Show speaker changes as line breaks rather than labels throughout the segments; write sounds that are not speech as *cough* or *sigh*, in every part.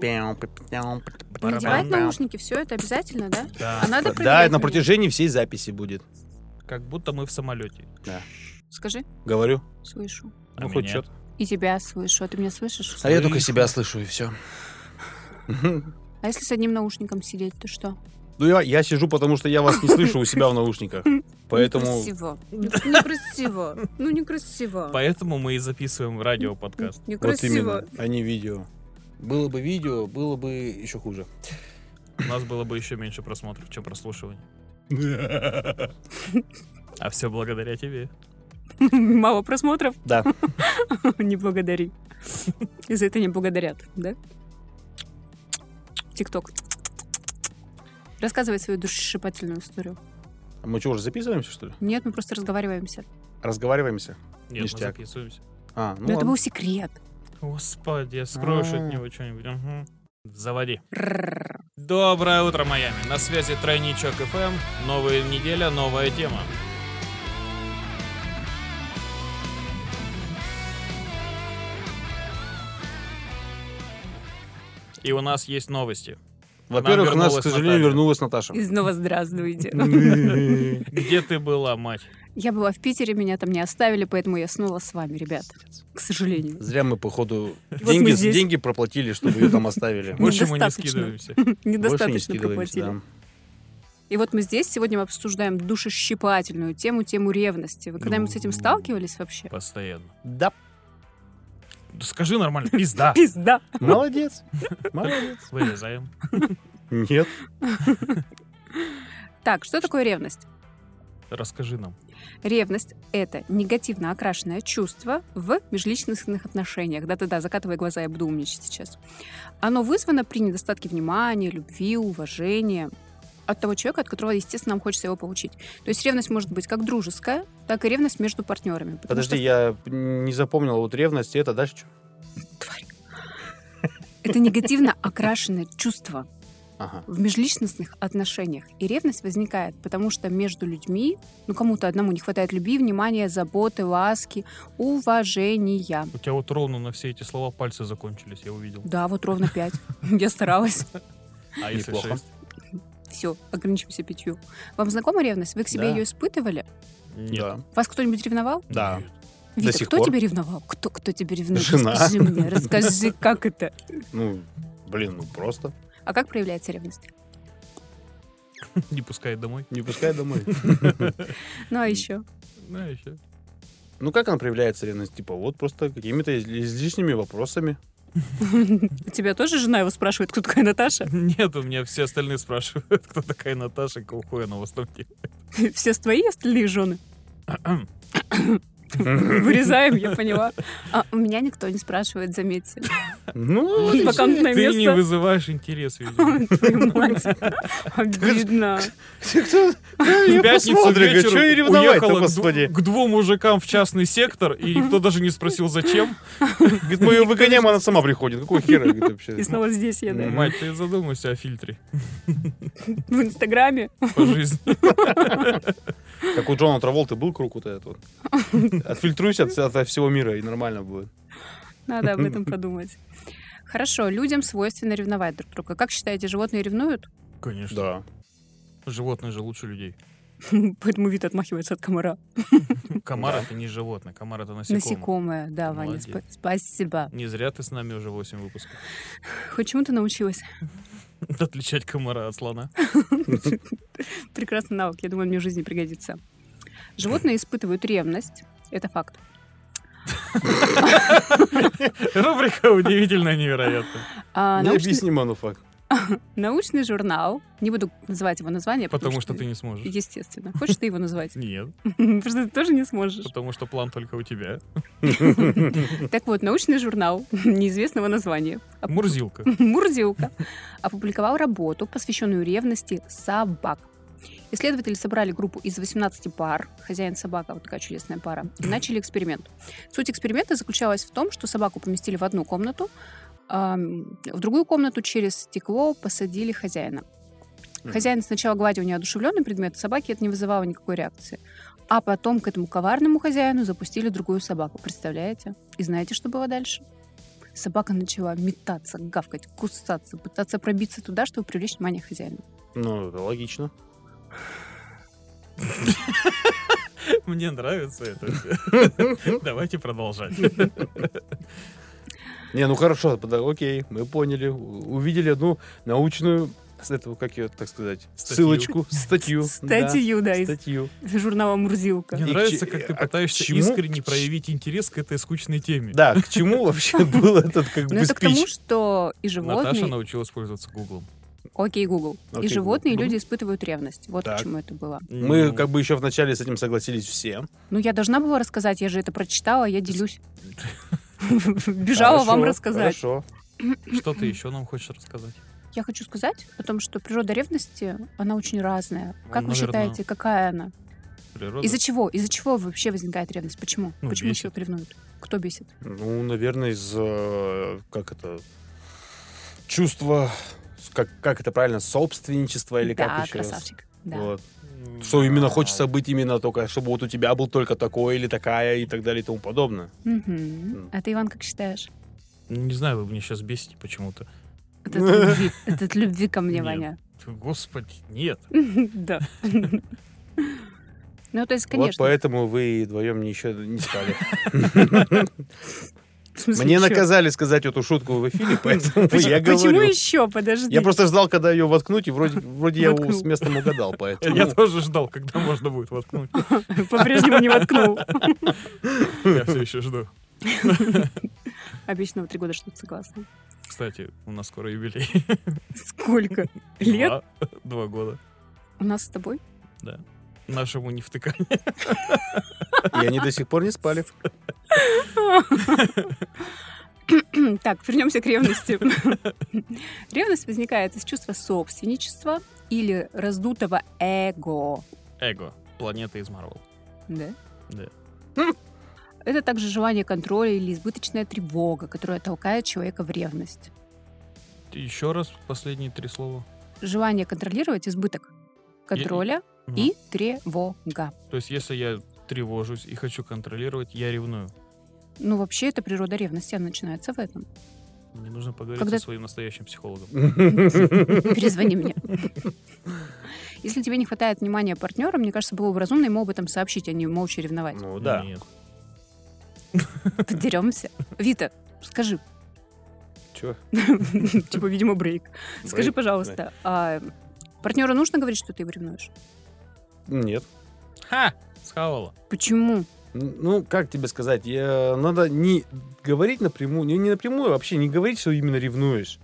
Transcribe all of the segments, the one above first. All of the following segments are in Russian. Надевать
Барабан.
наушники, все это обязательно, да?
Да.
А надо проверять.
Да, на
меня.
протяжении всей записи будет.
Как будто мы в самолете.
Скажи,
Говорю.
слышу.
А
ну, хоть
меня?
что-то.
И тебя слышу. А ты меня слышишь?
А я только себя слышу, и все. Ну,
А если с одним наушником сидеть, то что?
я, я сижу, потому что я вас не слышу у себя в наушниках. Поэтому...
Некрасиво. Некрасиво. Ну, некрасиво.
Поэтому мы и записываем радиоподкаст.
Вот
Некрасиво.
именно, а не видео. Было бы видео, было бы еще хуже.
У нас было бы еще меньше просмотров, чем прослушиваний. А все благодаря тебе.
*laughs* Мало просмотров.
Да.
Не благодари. И за это не благодарят, да? Тикток. Рассказывай свою душесшипательную историю.
А Мы что, уже записываемся, что ли?
Нет, мы просто разговариваемся.
Разговариваемся?
Нет, мы
Ништяк.
записываемся.
А, ну
Но это
ладно.
был секрет.
Господи, я скроешь от
А.
него что-нибудь. Мгм. Заводи.
Рррр.
Доброе утро, Майами. На связи Тройничок ФМ. Новая неделя, новая тема. И у нас есть новости.
Во-первых, у
Нам
нас, к
вернулась
сожалению,
Наталья.
вернулась Наташа.
И
*laughs*
снова здравствуйте.
Где ты была, мать?
Я была в Питере, меня там не оставили, поэтому я снова с вами, ребят. К сожалению.
Зря мы, походу,
мы
деньги,
здесь.
деньги проплатили, чтобы ее там оставили.
Мы
Больше мы не
Недостаточно.
скидываемся.
Больше не
*laughs* Недостаточно
скидываемся,
проплатили.
да.
И вот мы здесь сегодня обсуждаем душесчипательную тему, тему ревности. Вы когда-нибудь с этим
Ну.
сталкивались вообще?
Постоянно.
Да,
Да скажи нормально,
*laughs*
пизда.
Пизда.
молодец, молодец.
Вырезаем.
Нет.
Так, что такое ревность?
Расскажи нам.
Ревность — это негативно окрашенное чувство в межличностных отношениях. Да-да-да, закатывай глаза, я буду умничать сейчас. Оно вызвано при недостатке внимания, любви, уважения от того человека, от которого, естественно, нам хочется его получить. То есть ревность может быть как дружеская, так и ревность между партнерами. Потому
Подожди, я не запомнил вот ревность, и это дальше что?
что Это негативно окрашенное чувство.
Ага.
в межличностных отношениях. И ревность возникает, потому что между людьми, ну кому-то одному не хватает любви, внимания, заботы, ласки, уважения.
У тебя вот ровно на все эти слова пальцы закончились, я увидел.
Да, вот ровно пять. *laughs* Я старалась.
А если
Неплохо.
шесть?
Все, ограничимся пятью. Вам знакома ревность? Вы к себе
Да.
ее испытывали?
Нет.
Вас кто-нибудь ревновал?
Да.
Нет.
До
Вита,
сих
кто
пор.
тебя ревновал? Кто, кто тебя ревнует?
Жена. *laughs*
Расскажи мне, расскажи, как это?
Да. Ну, блин, ну просто.
А как проявляется ревность?
*laughs* Не пускает домой.
Не пускай домой.
Ну, а еще?
На еще.
Ну, как она проявляется, ревность? Типа, вот просто какими-то из- излишними вопросами.
У тебя тоже жена его спрашивает, кто такая Наташа? *laughs*
Нет, у меня все остальные спрашивают, *laughs* кто такая Наташа, какого хуя на востоке.
Все с твои остальные жены? *laughs*
*laughs*
Вырезаем, я поняла. А, у меня никто не спрашивает, заметьте.
Ну,
Ты Вакантное
Ты не
место.
вызываешь интерес, видимо.
*laughs* Твою
*laughs*
мать. Обидно.
кто- Ну,
В
я
пятницу
посмотрю,
вечером
чё и ревновать-то,
уехала к
господи.
дв- к двум мужикам в частный сектор, и никто даже не спросил, зачем.
Говорит, мы ее выгоняем, она сама приходит. Какого хера
*laughs*
говорит,
И
вообще?
снова здесь я, да.
Мать, ты задумайся о фильтре
В Инстаграме.
по жизни.
Как у Джона Траволты был круг вот этот
*laughs*
вот. Отфильтруйся от, от всего мира, и нормально будет.
Надо об
*laughs*
этом подумать. Хорошо, людям свойственно ревновать друг друга. Как считаете, животные ревнуют? *laughs*
Конечно.
Да.
Животные же лучше людей.
Поэтому вид отмахивается от комара.
Комар
Да.
это не животное, комар это насекомое.
Насекомое, да, Ваня,
Молодец.
спа- спасибо.
Не зря ты с нами уже 8 выпусков.
*laughs*
Хоть чему ты научилась? *laughs*
Отличать комара от слона. *laughs*
Прекрасный навык, я думаю, он мне в жизни пригодится. Животные испытывают ревность, это факт.
Рубрика удивительно невероятно.
*laughs*
А
Ну
Ну,
научный-
Необъяснимо, но факт.
Научный журнал. Не буду называть его название.
Потому что ты не сможешь.
Естественно. Хочешь ты его назвать? *laughs*
Нет,
Потому что ты тоже
*laughs*
не сможешь.
потому что план только у тебя.
А
Так вот, научный журнал *laughs* неизвестного названия. Оп-
*laughs*
Мурзилка. *laughs*
*laughs* Мурзилка. Опубликовал работу, посвященную ревности собак. Исследователи собрали группу из 18 пар, хозяин собака, вот такая чудесная пара, и начали эксперимент. Суть эксперимента заключалась в том, что собаку поместили в одну комнату, ам, в другую комнату через стекло посадили хозяина.
Мгм.
Хозяин сначала гладил неодушевленный предмет, собаки это не вызывало никакой реакции. А потом к этому коварному хозяину запустили другую собаку, представляете? И знаете, что было дальше? Собака начала метаться, гавкать, кусаться, пытаться пробиться туда, чтобы привлечь внимание хозяина.
Ну, это логично.
Мне нравится это.
*laughs*
Давайте продолжать.
Не, ну хорошо, пода- окей, мы поняли. у- Увидели одну научную, с этого, как ее, так сказать,
Статью.
ссылочку, статью. да,
*laughs* Статью, да, из
Статью.
журнала «Мурзилка».
Мне
И к
нравится,
че-
как ты
а к
пытаешься
чему-
искренне
к ч-
проявить интерес к этой скучной теме.
Да, к чему вообще *laughs* был этот как
Но
бы
Ну, это к тому,
спич?
что и
Наташа ну,
животные...
научилась пользоваться Гуглом.
Окей, Google. И
Окей,
животные, и
Google.
люди испытывают ревность. Вот
Так.
к чему это было.
Мы
Ну,
как бы еще вначале с этим согласились все.
Ну, я должна была рассказать, я же это прочитала, я делюсь. Бежала вам
Хорошо,
рассказать.
Хорошо.
Что ты еще нам хочешь рассказать?
Я хочу сказать о том, что природа ревности, она очень разная. Как вы
наверное,
считаете, какая она?
Природа?
Из-за чего? Из-за чего вообще возникает ревность? Почему?
Ну,
Почему
бесит.
человек ревнует? Кто бесит?
Ну, наверное, из э, как это чувства, с- как, как это правильно, собственничества или
да,
как еще.
красавчик. Да.
Вот.
М,
Что именно
да.
хочется быть именно только, чтобы вот у тебя был только такой или такая и так далее и тому подобное.
Мгм. А ты, Иван, как считаешь?
Не знаю, вы меня сейчас бесите почему-то.
Это от
*laughs*
любви, это от любви ко мне,
Нет.
Ваня. *laughs*
Господи, нет.
*laughs*
Да. Ну, то есть,
Вот
конечно.
поэтому вы вдвоем мне еще не стали.
в смысле,
Мне
чё?
наказали сказать эту шутку в эфире, поэтому
Поч-
я
Почему
говорю.
еще? Подожди.
Я просто ждал, когда ее воткнуть, и вроде, вроде я
Воткнул.
с местом угадал,
Э, Я
поэтому...
тоже ждал, когда можно будет *laughs* воткнуть.
*laughs* По-прежнему
*laughs*
не воткнул.
Я все еще жду.
Обычно в три года что-то согласна.
Кстати, у нас скоро юбилей. *laughs*
*laughs*
Сколько лет
Два- Два года.
у нас с тобой? *clears throat*
Нашему не втыкали.
И они до сих пор не спали.
Так, вернемся
*laughs*
к ревности. Ревность возникает из чувства собственничества или раздутого эго.
Эго. Планета из Марвел.
Да? Ну,
Да.
Это также желание контроля или избыточная тревога, которая толкает человека в ревность.
Еще раз последние три слова.
Желание контролировать избыток контроля
Ну,
и тревога.
То есть, если я тревожусь и хочу контролировать, я ревную.
Ну, вообще, это природа ревности, она начинается в этом.
Мне нужно поговорить
Когда-
со своим настоящим психологом.
Перезвони мне. Если тебе не хватает внимания партнера, мне кажется, было бы разумно ему об этом сообщить, а не молча ревновать.
*laughs* Ну да.
Нет.
Подеремся. Вита, скажи, *laughs*
Чё?
типа, видимо, брейк. Скажи,
Брейк?
пожалуйста, а партнеру нужно говорить, что ты его ревнуешь?
Нет.
Ха! Схавала.
Почему?
Ну, как тебе сказать, я... надо не говорить напрямую, не, не напрямую, а вообще не говорить, что именно ревнуешь.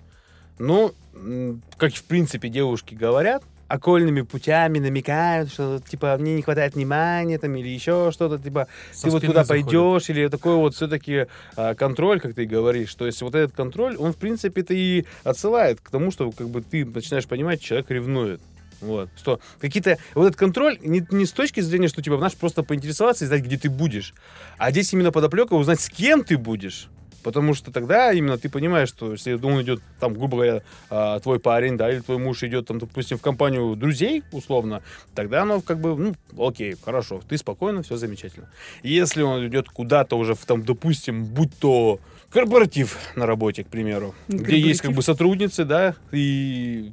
Но, м, как в принципе девушки говорят, окольными путями намекают, что типа мне не хватает внимания там или еще что-то, типа
Со
ты вот
спины
куда
заходит.
пойдешь, или такой вот все-таки контроль, как ты говоришь. То есть вот этот контроль, он в принципе-то и отсылает к тому, что как бы ты начинаешь понимать, человек ревнует. Вот, что какие-то... Вот этот контроль не, не с точки зрения, что типа, знаешь, просто поинтересоваться и знать, где ты будешь, а здесь именно подоплека узнать, с кем ты будешь. Потому что тогда именно ты понимаешь, что если он идет, там, грубо говоря, а, твой парень, да, или твой муж идет, там, допустим, в компанию друзей, условно, тогда оно как бы, ну, окей, хорошо, ты спокойно, все замечательно. Если он идет куда-то уже, в, там, допустим, будь то корпоратив на работе, к примеру, где есть как бы сотрудницы, да, и,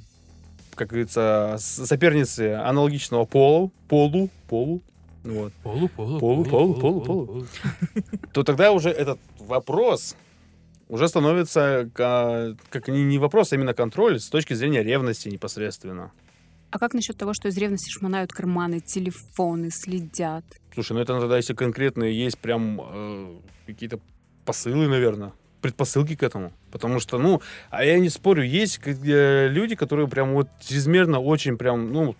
как говорится, с- соперницы аналогичного полу, полу, полу, вот,
Полу, полу,
Полу, полу, полу,
полу.
то тогда уже этот вопрос уже становится ка- как не не вопрос, а именно контроль с точки зрения ревности непосредственно.
А как насчет того, что из ревности шмонают карманы, телефоны, следят?
Слушай, ну это тогда, если конкретные есть прям э, какие-то посылы, наверное, предпосылки к этому. Потому что, ну, а я не спорю, есть к- э, люди, которые прям вот чрезмерно очень прям, ну,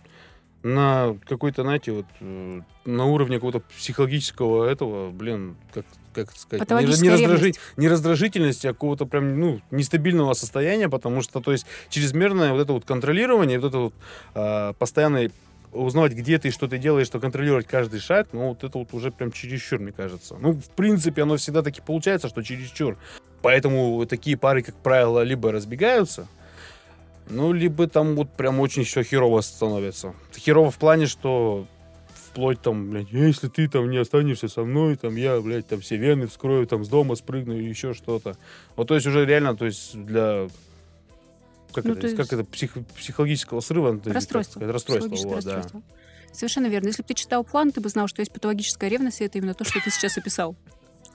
на какой-то, знаете, вот э, на уровне какого-то психологического этого, блин, как, как это сказать, не, раз- не,
Патологическая
раздражи-
ревность.
не раздражительности, а какого-то прям, ну, нестабильного состояния, потому что, то есть, чрезмерное вот это вот контролирование, вот это вот э, постоянное узнавать, где ты, что ты делаешь, что контролировать каждый шаг, ну, вот это вот уже прям чересчур, мне кажется. Ну, в принципе, оно всегда таки получается, что чересчур. Поэтому вот такие пары, как правило, либо разбегаются, ну, либо там вот прям очень все херово становится. Херово в плане, что вплоть там, блядь, если ты там не останешься со мной, там я, блядь, там все вены вскрою, там с дома спрыгну и еще что-то. Вот, то есть уже реально, то есть для... Как,
Ну,
это,
то есть-
как это, псих- психологического срыва? ну, то есть,
Расстройство.
как это, Расстройство,
Психологическое
вот, да.
расстройство. Совершенно верно. Если бы ты читал план, ты бы знал, что есть патологическая ревность, и это именно то, что ты сейчас описал.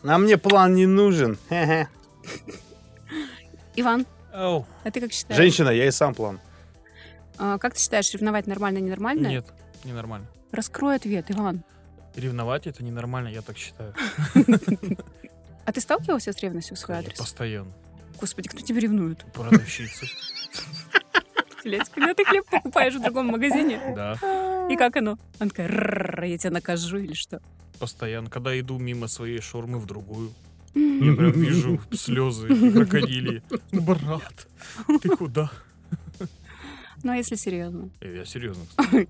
А мне план не нужен. *laughs* Хе-хе.
Иван,
Ау,
а ты как считаешь?
Женщина, я и сам план.
А, как ты считаешь, ревновать нормально, ненормально?
нет, ненормально.
Раскрой ответ, Иван.
Ревновать это ненормально, я так считаю.
А ты сталкивался с ревностью в свой адрес?
Постоянно.
Господи, кто тебе ревнует?
Продавщицы.
Блядь, когда ты хлеб покупаешь в другом магазине?
*laughs* Да,
И как оно? Она такая, «Рррр, я тебя накажу или что?
постоянно. Когда иду мимо своей шаурмы в другую, я прям вижу слезы и крокодили. Брат, ты куда?
Ну, а если серьезно?
Э, Я серьезно.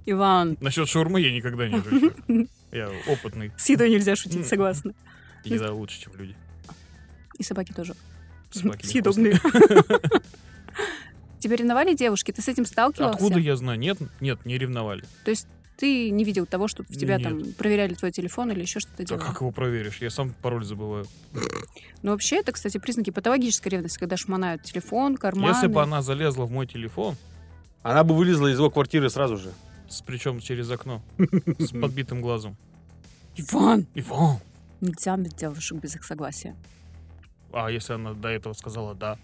Иван,
Насчет шаурмы я никогда не шучу. Я опытный.
с едой нельзя шутить, согласна.
Еда лучше, чем люди.
И собаки тоже.
Собаки не
Съедобные. Тебя ревновали девушки? Ты с этим
вкусные.
сталкивался?
Откуда я знаю? Нет, нет, не ревновали.
То есть ты не видел того, что в тебя
Нет.
там проверяли твой телефон или еще что-то
Да
делали?
как его проверишь? Я сам пароль забываю.
Но вообще это, кстати, признаки патологической ревности, когда шмонают телефон, карманы.
Если бы она залезла в мой телефон,
Она бы вылезла из его квартиры сразу же.
с, причем через окно, с подбитым глазом.
Иван,
И вау!
нельзя иметь девушек без их согласия.
А если она до этого сказала «да»?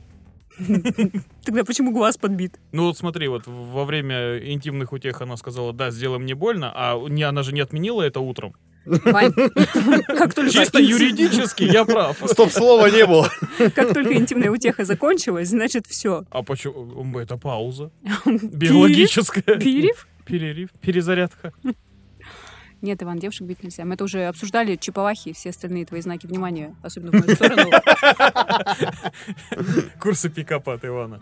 Тогда почему глаз подбит?
Ну вот смотри, вот в- во время интимных утех она сказала «да, сделай мне больно», а не, она же не отменила это утром.
Вань, *laughs* как только,
Чисто
интим-
юридически я прав.
Стоп-слова не было.
как только интимная утеха закончилась, значит, все.
А почему? М, Это пауза.
Перерыв?
Биологическая.
Перерыв?
Перерыв. Перезарядка.
Нет, Иван, девушек бить нельзя. Мы это уже обсуждали, чиповахи и все остальные твои знаки внимания, особенно в мою сторону.
Курсы пикапа от Ивана.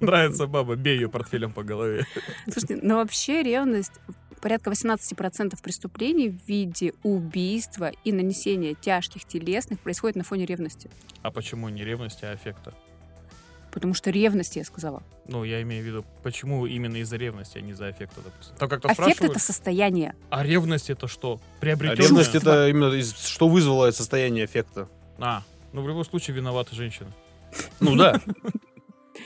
Нравится баба, бей ее портфелем по голове.
Слушайте, ну вообще ревность порядка 18% преступлений в виде убийства и нанесения тяжких телесных происходит на фоне ревности.
А почему не ревности, а аффекта?
Потому что ревность, я сказала.
Ну, я имею в виду, почему именно из-за ревности, а не из-за аффекта, допустим. Так как-то
Аффект — это
спрашивают,
состояние.
а ревность это что? Приобретенная?
Ревность это именно из- что вызвало это состояние эффекта.
А, ну в любом случае виновата женщина.
Ну да.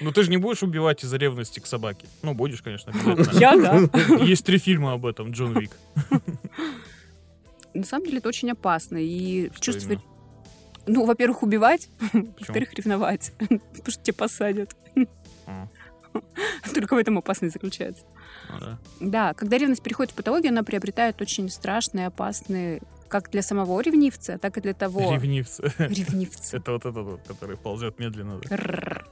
Ну ты же не будешь убивать из-за ревности к собаке. Ну, будешь, конечно, обязательно.
Я, да.
Есть три фильма об этом, Джон Вик.
*laughs* На самом деле это очень опасно. И
Что
чувство...
именно?
Ну, во-первых, убивать,
Почему?
во-вторых, ревновать. *laughs* Потому что тебя посадят.
А,
*laughs* Только в этом опасность заключается.
ну да.
Да, когда ревность переходит в патологию, она приобретает очень страшные, опасные как для самого ревнивца, так и для того
Ревнивцы. *laughs*
ревнивца.
Это вот этот, вот, который ползет медленно. да?
Рррр.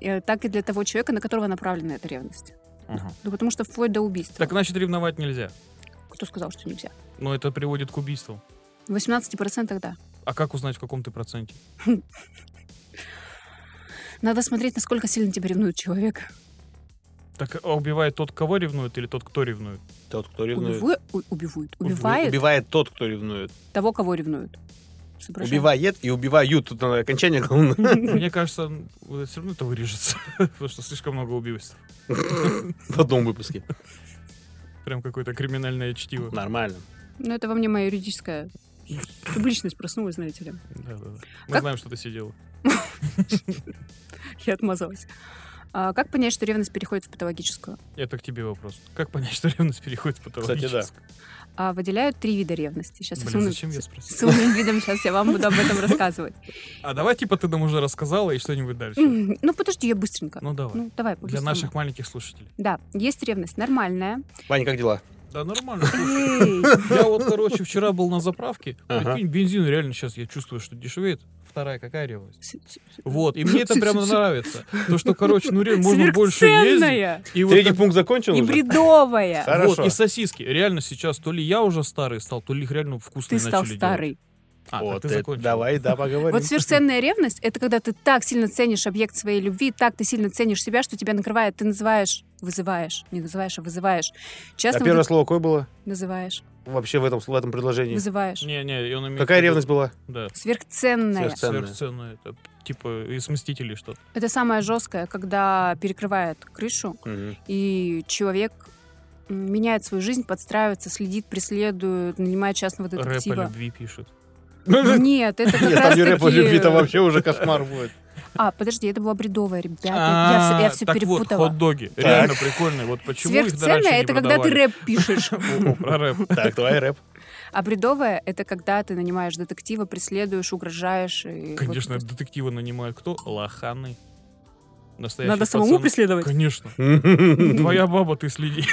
Э, Так и для того человека, на которого направлена эта ревность.
Ага.
Ну, потому что вплоть до убийства.
Так, значит, ревновать нельзя.
Кто сказал, что нельзя?
Но это приводит к убийству.
В 18% да.
А как узнать, в каком ты проценте?
Надо смотреть, насколько сильно тебя ревнует человек.
Так а убивает тот, кого ревнует, или тот, кто
*laughs*
ревнует?
Тот, кто ревнует.
Убивает, убивает, убивает
Убивает тот, кто ревнует.
того, кого ревнует. Соображай.
Убивает и убивают. Тут надо окончание главное.
Мне кажется, все равно это вырежется, *laughs* потому что слишком много убийств.
*laughs* В одном выпуске.
Прям какое-то криминальное чтиво.
Нормально.
Ну, это во мне моя юридическая *laughs* публичность проснулась, знаете ли.
Да-да-да. Мы
Как-
знаем, что ты сидела.
Я отмазалась. А как понять, что ревность переходит в патологическую?
Это к тебе вопрос. Как понять, что ревность переходит в
Кстати, да.
патологическую?
А, выделяют три вида ревности. Сейчас
Блин,
с, умным,
зачем я
с-
спросил?
*laughs* с умным видом сейчас я вам буду об
*laughs*
этом рассказывать.
А давай, типа, ты нам уже рассказала и что-нибудь дальше.
М, Ну, подожди, я быстренько.
Ну давай.
Ну, давай,
Для
по-быстрому.
наших маленьких слушателей.
Да, есть ревность нормальная.
Ваня, как дела?
Да нормально.
Эй,
Я вот, короче, вчера был на заправке.
Ага.
Прикинь, бензин реально сейчас я чувствую, что дешевеет. Вторая какая ревность?
с- с-
Вот, и мне это прямо нравится. То, что, короче, ну реально можно больше ездить.
Сверхценная
И вот
Третий
так-
пункт закончил
и
уже?
вот,
бредовая.
Хорошо.
и сосиски. Реально сейчас то ли я уже старый стал, то ли их реально вкусные
Ты стал
начали делать. ну,
старый.
А, так
Вот
ты
это-
закончил.
Давай, да, поговорим.
Вот сверхценная ревность — это когда ты так сильно ценишь объект своей любви, так ты сильно ценишь себя, что тебя накрывает, ты называешь, вызываешь, не называешь, а вызываешь.
А
Часто вот
первое
это
слово какое было?
называешь,
Вообще в этом, в этом предложении.
вызываешь.
Не, не, и он имеет
Какая
в виду-
ревность была?
Да.
Сверхценная.
Сверх- Ценная.
Сверхценная. Это типа из Мстителей что-то.
Это самое жесткое, когда перекрывает крышу,
Мгм.
и человек м, меняет свою жизнь, подстраивается, следит, преследует, нанимает частного
Рэп о
детектива.
любви пишет.
Нет, это как
Нет, там
раз
не рэп о любви, там
таки... э,
вообще уже кошмар
*laughs*
будет.
А, подожди, это была бредовая, ребята. Я
А,
все, я все
так вот,
перепутала.
хот-доги. Реально прикольные. Вот почему их до раньше
Сверхценное
не
это когда ты
продавали?
рэп пишешь.
О, про
*laughs*
рэп.
Так, давай рэп.
А бредовая это когда ты нанимаешь детектива, преследуешь, угрожаешь. и вот
Конечно,
просто-
детектива нанимают кто? Лоханы. Настоящий
Надо самому
пацан.
преследовать. *laughs*
Конечно.
Твоя
Твоя баба, ты следи.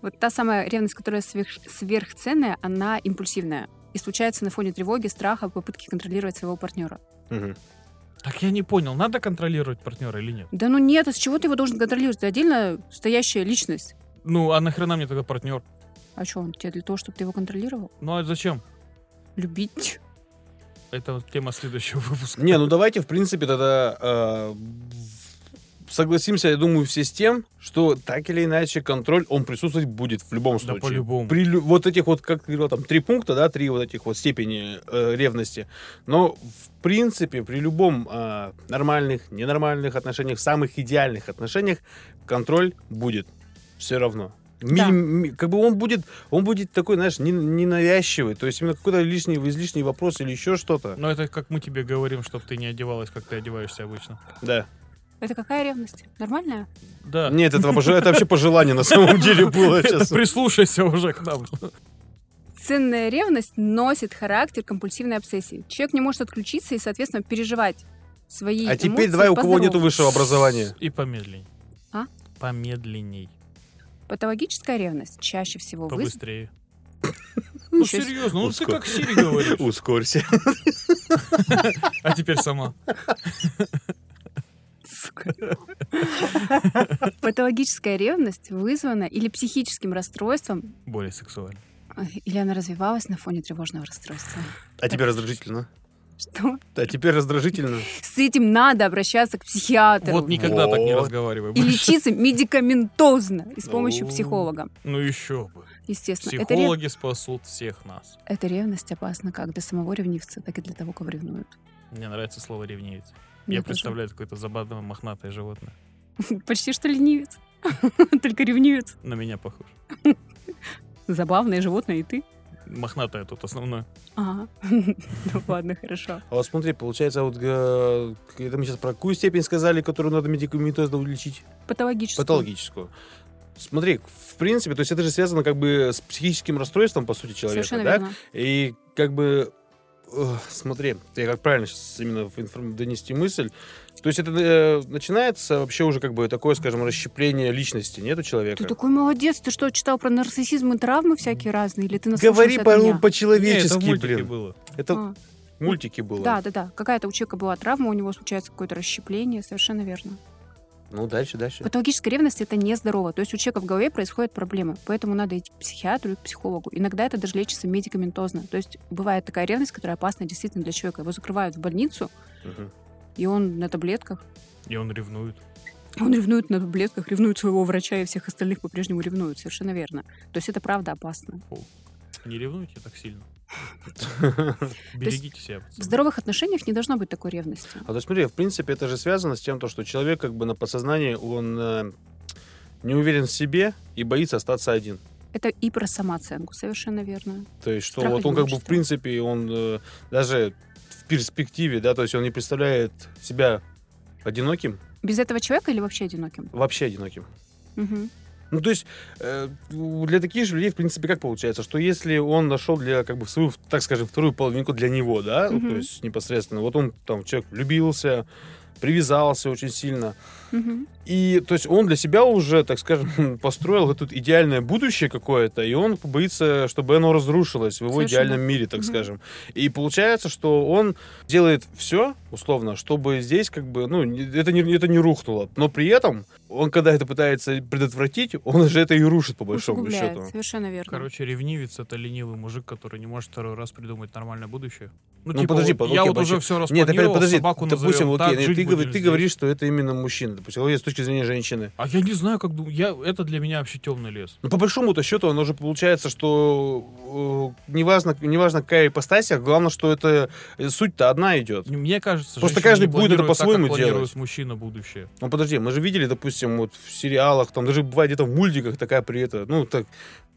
Вот та самая ревность, которая сверх- сверхценная, она импульсивная. И случается на фоне тревоги, страха, попытки контролировать своего партнера.
Так я не понял, надо контролировать партнера или нет?
Да ну нет, а с чего ты его должен контролировать? Ты отдельно стоящая личность.
Ну, а нахрена мне тогда партнер?
А что, он тебе для того, чтобы ты его контролировал?
Ну, а зачем?
Любить?
Это вот тема следующего *laughs* выпуска.
Не, ну давайте, в принципе, тогда э, в- согласимся, я думаю, все с тем, что так или иначе контроль, он присутствовать будет в любом
Да
случае.
по-любому.
При лю- вот этих вот, как ты говорил, там три пункта, да, три вот этих вот степени э, ревности. Но, в принципе, при любом э, нормальных, ненормальных отношениях, самых идеальных отношениях, контроль будет все равно. Ми-
Да.
ми- как бы он будет, он будет такой, знаешь, не- ненавязчивый. То есть именно какой-то лишний, излишний вопрос или еще что-то.
Но это как мы тебе говорим, чтобы ты не одевалась, как ты одеваешься обычно.
Да.
Это какая ревность? Нормальная?
Да.
Нет, это, пожел- это вообще пожелание на самом деле было
*laughs* Это
сейчас.
прислушайся уже к нам.
Ценная ревность носит характер компульсивной обсессии. Человек не может отключиться и, соответственно, переживать свои
А теперь
эмоции
давай, у кого
по-здоровому.
нету высшего образования.
И помедленней.
А?
Помедленней.
Патологическая ревность чаще всего вызвана... *laughs*
Побыстрее. Ну,
Щас.
серьезно, ну ты
Ускор-
как
*laughs*
Сири говоришь.
Ускорься.
А теперь сама.
Сука. *laughs* Патологическая ревность вызвана или психическим расстройством,
Более сексуально.
ой, или она развивалась на фоне тревожного расстройства.
А теперь раздражительно.
Что?
А теперь раздражительно.
С этим надо обращаться к психиатру.
Вот никогда так не
Вот.
разговаривай
И
больше.
лечиться медикаментозно и с помощью
О.
психолога.
Ну еще бы.
Естественно. Это, рев-
Психологи спасут всех нас.
эта ревность опасна как для самого ревнивца, так и для того, кого ревнуют.
Мне нравится слово ревнивец.
Мне
Я
тоже.
представляю какое-то забавное мохнатое животное.
Почти что ленивец. *laughs* Только ревнивец.
На меня похож.
Забавное животное, и ты.
Мохнатое тут основное.
Ага. *laughs* Ну ладно, хорошо.
А вот смотри, получается, вот э, это мы сейчас про какую степень сказали, которую надо медикаментозно лечить?
Патологически.
Патологическую. Смотри, в принципе, то есть это же связано как бы с психическим расстройством, по сути, человека,
Совершенно
да?
верно.
И как бы э, смотри, я как правильно сейчас именно в информ- донести мысль. То есть это э, начинается вообще уже как бы такое, скажем, расщепление личности, нет у человека?
Ты такой молодец. Ты что, читал про нарциссизм и травмы всякие разные? Или ты наслушался
Говори
от
по-
меня?
Не, это в
по-человечески,
мультике
блин.
было.
Это
А,
мультики было.
Да, да, да. Какая-то у человека была травма, у него случается какое-то расщепление. Совершенно верно.
Ну, дальше, дальше.
Патологическая ревность это нездорово. То есть у человека в голове происходят проблемы. Поэтому надо идти к психиатру и к психологу. Иногда это даже лечится медикаментозно. То есть бывает такая ревность, которая опасна действительно для человека. Его закрывают в больницу,
Мгм.
и он на таблетках.
И он ревнует.
Он ревнует на таблетках, ревнует своего врача и всех остальных по-прежнему ревнует. Совершенно верно. То есть это правда опасно.
Не ревнуйте
*laughs*
так сильно.
есть
Берегите себя.
В
пацаны.
здоровых отношениях не должно быть такой ревности.
А то смотри, в принципе, это же связано с тем, то, что человек как бы на подсознании, он э, не уверен в себе и боится остаться один.
Это и про самооценку. Совершенно верно.
То есть, что
Страх
вот он как бы в
одиночества.
принципе, он э, даже в перспективе, да, то есть он не представляет себя одиноким,
Без этого человека или вообще одиноким?
вообще одиноким.
Мгм.
Ну, то есть, э, у- для таких же людей, в принципе, как получается, что если он нашел для, как бы, свою, так скажем, вторую половинку для него, да, ну,
Мгм.
то есть, непосредственно, вот он, там, человек влюбился, привязался очень сильно,
Мгм.
и, то есть, он для себя уже, так скажем, *laughs* построил это идеальное будущее какое-то, и он боится, чтобы оно разрушилось в его
Совершенно.
идеальном мире, так
Мгм.
скажем. И получается, что он делает все, условно, чтобы здесь, как бы, ну, не- это не, это не рухнуло. Но при этом, он, когда это пытается предотвратить, он же это и рушит, по большому
Усугубляет.
счету.
Совершенно верно.
Короче, ревнивец это ленивый мужик, который не может второй раз придумать нормальное будущее.
Ну, подожди,
вот
под-
я
окей,
вот уже
вообще-
все
Нет, опять
распланировал,
подожди,
собаку
допустим,
назовем
окей,
так,
нет,
жить
ты
будем
говори-
будешь
ты
здесь?
говоришь, что это именно мужчина. Допустим, вот я с точки зрения женщины.
А я не знаю, как думаю. Я... Это для меня вообще темный лес.
Но Ну, по большому-то счету оно же получается, что э, неважно, неважно какая ипостась, а главное, что это э, суть-то одна идет.
Мне кажется,
Просто
женщины
каждый
не
будет это
планируют так,
по-своему
как планирует
делать.
мужчина будущее.
Ну подожди, мы же видели, допустим, вот в сериалах, там даже бывает где-то в мультиках такая при это, ну так,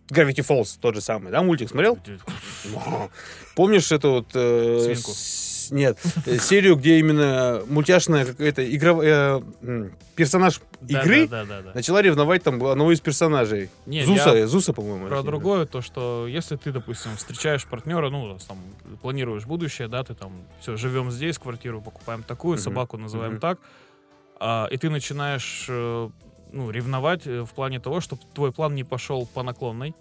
Gravity Falls тот же самый, да, мультик смотрел? *laughs* Помнишь эту вот... э,
Свинку.
с- Нет, э, серию, где именно мультяшная какая-то игровая... э, м, персонаж игры
Да, да, да.
начала ревновать там одного из персонажей.
Не,
Зуса,
я
э, Зуса, по-моему.
Про
если не
другое, то, что если ты, допустим, встречаешь партнера, ну, там, планируешь будущее, да, ты там, все, живем здесь, квартиру покупаем такую,
Мгм.
собаку называем
Мгм.
так, а, и ты начинаешь, э, ну, ревновать э, в плане того, чтобы твой план не пошел по наклонной,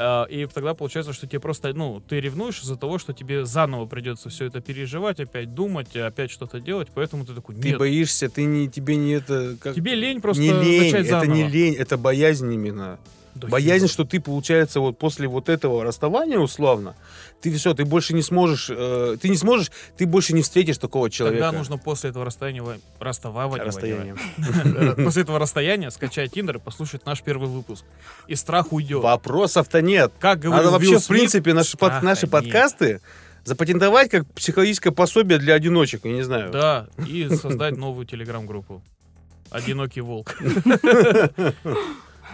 А, и тогда получается, что тебе просто, ну, ты ревнуешь из-за того, что тебе заново придется все это переживать, опять думать, опять что-то делать, поэтому ты такой,
знаю. Ты
нет,
боишься, ты не, тебе не это... Как...
тебе лень просто
не лень,
начать
это
заново.
не лень, это боязнь именно.
Да
Боязнь,
фиг.
что ты, получается, вот после вот этого расставания условно, ты все, ты больше не сможешь, э, ты не сможешь, ты больше не встретишь такого человека.
Тогда нужно после этого расстояния, во- расставания,
расстояние.
*laughs* После этого расстояния скачать Тиндер и послушать наш первый выпуск. И страх уйдет.
Вопросов-то нет.
Как говорил
Надо вообще,
Уилл
в
Смит,
принципе, наши, под-
страха
наши
нет.
подкасты запатентовать как психологическое пособие для одиночек, я не знаю.
Да, и создать новую телеграм-группу.
*laughs*
Одинокий волк.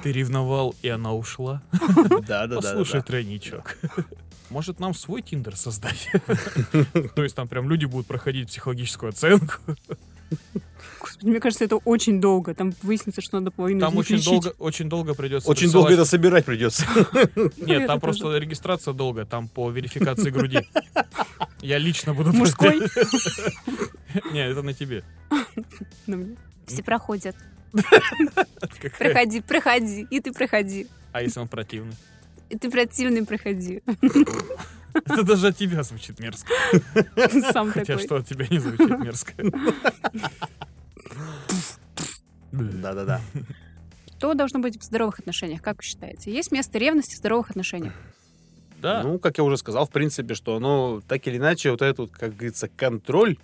Ты ревновал, и она ушла?
*laughs* да, да.
Послушай, тройничок. Может, нам свой
*laughs*
Тиндер создать? То есть там прям люди будут проходить психологическую оценку.
Господи, мне кажется, это очень долго. Там выяснится, что надо половину из
Там
них
очень
лечить.
долго, очень долго придется
Ну, Очень долго
присылать-
это собирать
*laughs*
придется.
Нет,
Наверное,
там просто регистрация долго, там по верификации груди.
*laughs*
Я лично буду...
*laughs* Мужской?
*laughs* Не, это на тебе. *laughs*
На мне. Ну, Все проходят.
Э. Какая-
Проходи, проходи. И ты проходи.
А если он противный?
И ты противный проходи.
*laughs*
*laughs*
Это даже от тебя звучит мерзко.
Сам
Хотя
такой.
что от тебя не звучит *laughs* мерзко. Блин.
Да-да-да.
Что должно быть в здоровых отношениях, как вы считаете? Есть место ревности в здоровых отношениях?
Да,
Ну, как я уже сказал, в принципе, что оно так или иначе, вот этот, вот, как говорится, контроль,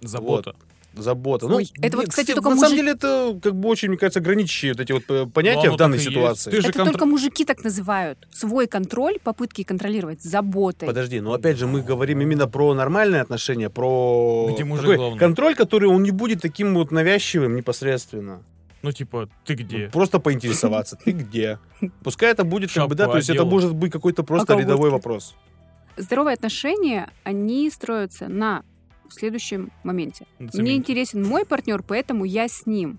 забота.
забота.
Ой, это вот, кстати,
кстати,
только
На
мужик-
самом деле это как бы очень, мне кажется, ограничивает эти вот э,
Ну,
понятия
оно
в данной
так и есть.
ситуации.
Ты же
Это
контр-
только мужики так называют. Свой контроль, попытки контролировать, заботой.
Подожди, но опять же мы говорим именно про нормальные отношения, про
Где мужик
такой
главный.
контроль, который он не будет таким вот навязчивым непосредственно.
Ну, типа, ты где?
Ну, Просто поинтересоваться, ты где? Пускай это будет как бы, да,
Шапку
то есть это
одел.
может быть какой-то просто
А
рядовой
колготки?
вопрос.
Здоровые отношения, они строятся на следующем моменте.
На
Мне
цементе.
интересен мой партнер, поэтому я с ним.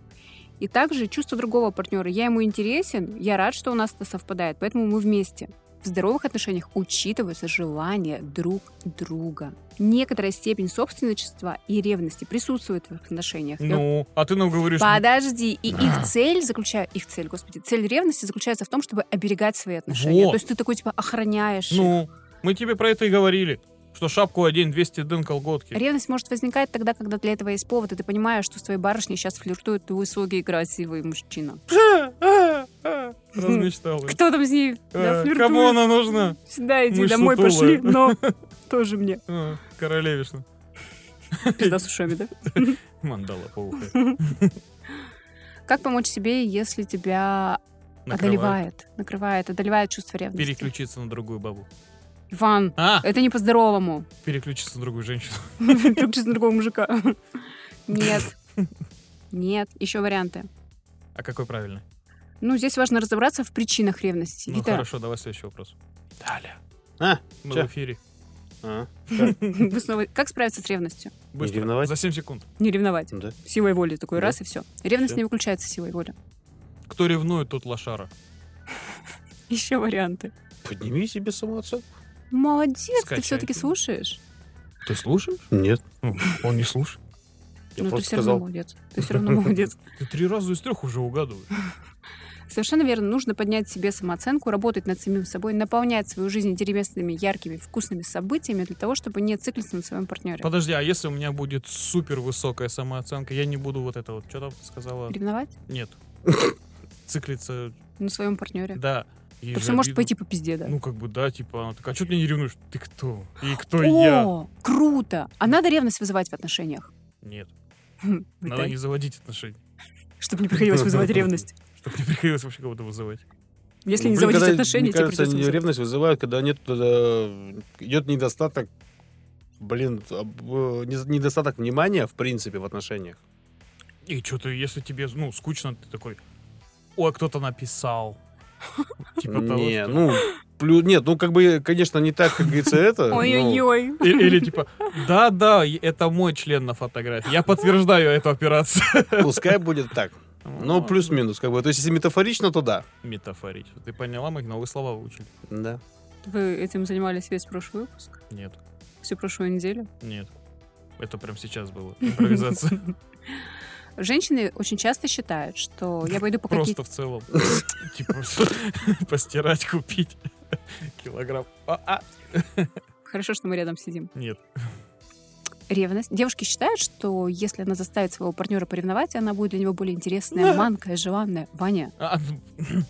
И также чувство другого партнера. Я ему интересен, я рад, что у нас это совпадает, поэтому мы вместе. В здоровых отношениях учитываются желания друг друга. Некоторая степень собственничества и ревности присутствует в их отношениях. И
Ну, а ты нам говоришь...
Подожди, и их цель заключает, их цель, господи, цель ревности заключается в том, чтобы оберегать свои отношения.
Вот.
То есть ты такой типа охраняешь. их.
Ну, мы тебе про это и говорили. Что шапку одень, 200 дын колготки. *laughs*
Ревность может возникать тогда, когда для этого есть повод, и ты понимаешь, что с твоей барышней сейчас флиртует высокий и
*laughs*
красивый мужчина.
Размечталась. *laughs*
Кто там с ней да,
Э,
флиртует?
Кому она нужна?
Сюда иди,
Мышь
домой
сутулая.
пошли,
*laughs*
но тоже мне.
Э, Королевишна.
Пизда с
*laughs*
ушами, да?
Мандала по *laughs* уху.
Как помочь себе, если тебя
Накрывает.
одолевает? Накрывает, одолевает чувство ревности.
Переключиться на другую бабу.
Иван,
А,
это не по-здоровому.
переключиться на другую женщину. *laughs*
*laughs* Переключиться на другого мужика. Нет. *laughs* Нет. Еще варианты.
А какой правильный?
Ну, здесь важно разобраться в причинах ревности.
Ну
Вита,
хорошо, давай следующий вопрос. Далее.
А,
Мы
чё?
в эфире.
А,
вы снова- Как справиться с ревностью?
Быстро.
ревновать?
За 7 секунд.
Не ревновать.
*laughs* да.
Силой воли такой
Да.
раз и все. Ревность
Всё.
не выключается силой воли.
Кто ревнует, тот лошара.
Еще варианты.
Подними себе самооценку.
Молодец,
Скачай.
ты все-таки слушаешь.
Ты слушаешь? Ну,
Нет.
Он не слушает.
Я
ну, ты
просто
все Ну, равно
сказал.
молодец. Ты все равно
*laughs*
молодец.
Ты три раза из трех уже угадываешь.
Совершенно верно. Нужно поднять себе самооценку, работать над самим собой, наполнять свою жизнь деревенскими, яркими, вкусными событиями для того, чтобы не циклиться на своем партнере.
Подожди, а если у меня будет супер высокая самооценка, я не буду вот это вот. Что там ты сказала?
Ревновать
*laughs* Нет. Циклиться,
на своем партнере.
да. Ей
Потому
же
что может
обидно.
пойти по пизде, да.
Ну, как бы, да, типа, она такая, а что ты меня не ревнуешь? Ты кто? И кто я?
О, круто! А надо ревность вызывать в отношениях.
Нет. Надо
Виталь,
не заводить отношения,
Чтобы не приходилось вызывать ревность.
чтобы не приходилось вообще кого-то вызывать.
Если не
Блин,
заводить
когда,
отношения,
мне
тебе
кажется,
придется...
они
вызывать.
ревность вызывают, когда нет э, идет недостаток, блин, об- э, не- недостаток внимания в принципе в отношениях.
И что-то, если тебе, ну, скучно, ты такой, ой, кто-то написал. *laughs* Типа того,
Не,
что-
ну плю- нет, ну как бы конечно не так, как говорится это. ну,
Ой-ой-ой.
И- Или типа, да-да, и это мой член на фотографии. Я подтверждаю эту операцию.
Пускай будет так. Ну
Вот.
плюс-минус, как бы. То есть если метафорично, то да.
Метафорить. Ты поняла, мы новые слова выучили.
Да.
Вы этим занимались весь прошлый выпуск,
Нет,
всю прошлую неделю.
нет. Это прям сейчас было. Импровизация.
Женщины очень часто считают, что я пойду по
Просто
какие-то...
в целом. Типа *laughs* постирать, купить. *laughs* Килограмм. А, а,
Хорошо, что мы рядом сидим.
Нет.
Ревность. Девушки считают, что если она заставит своего партнера поревновать, она будет для него более интересная, манкая, желанная. Ваня,
а, *laughs* ну,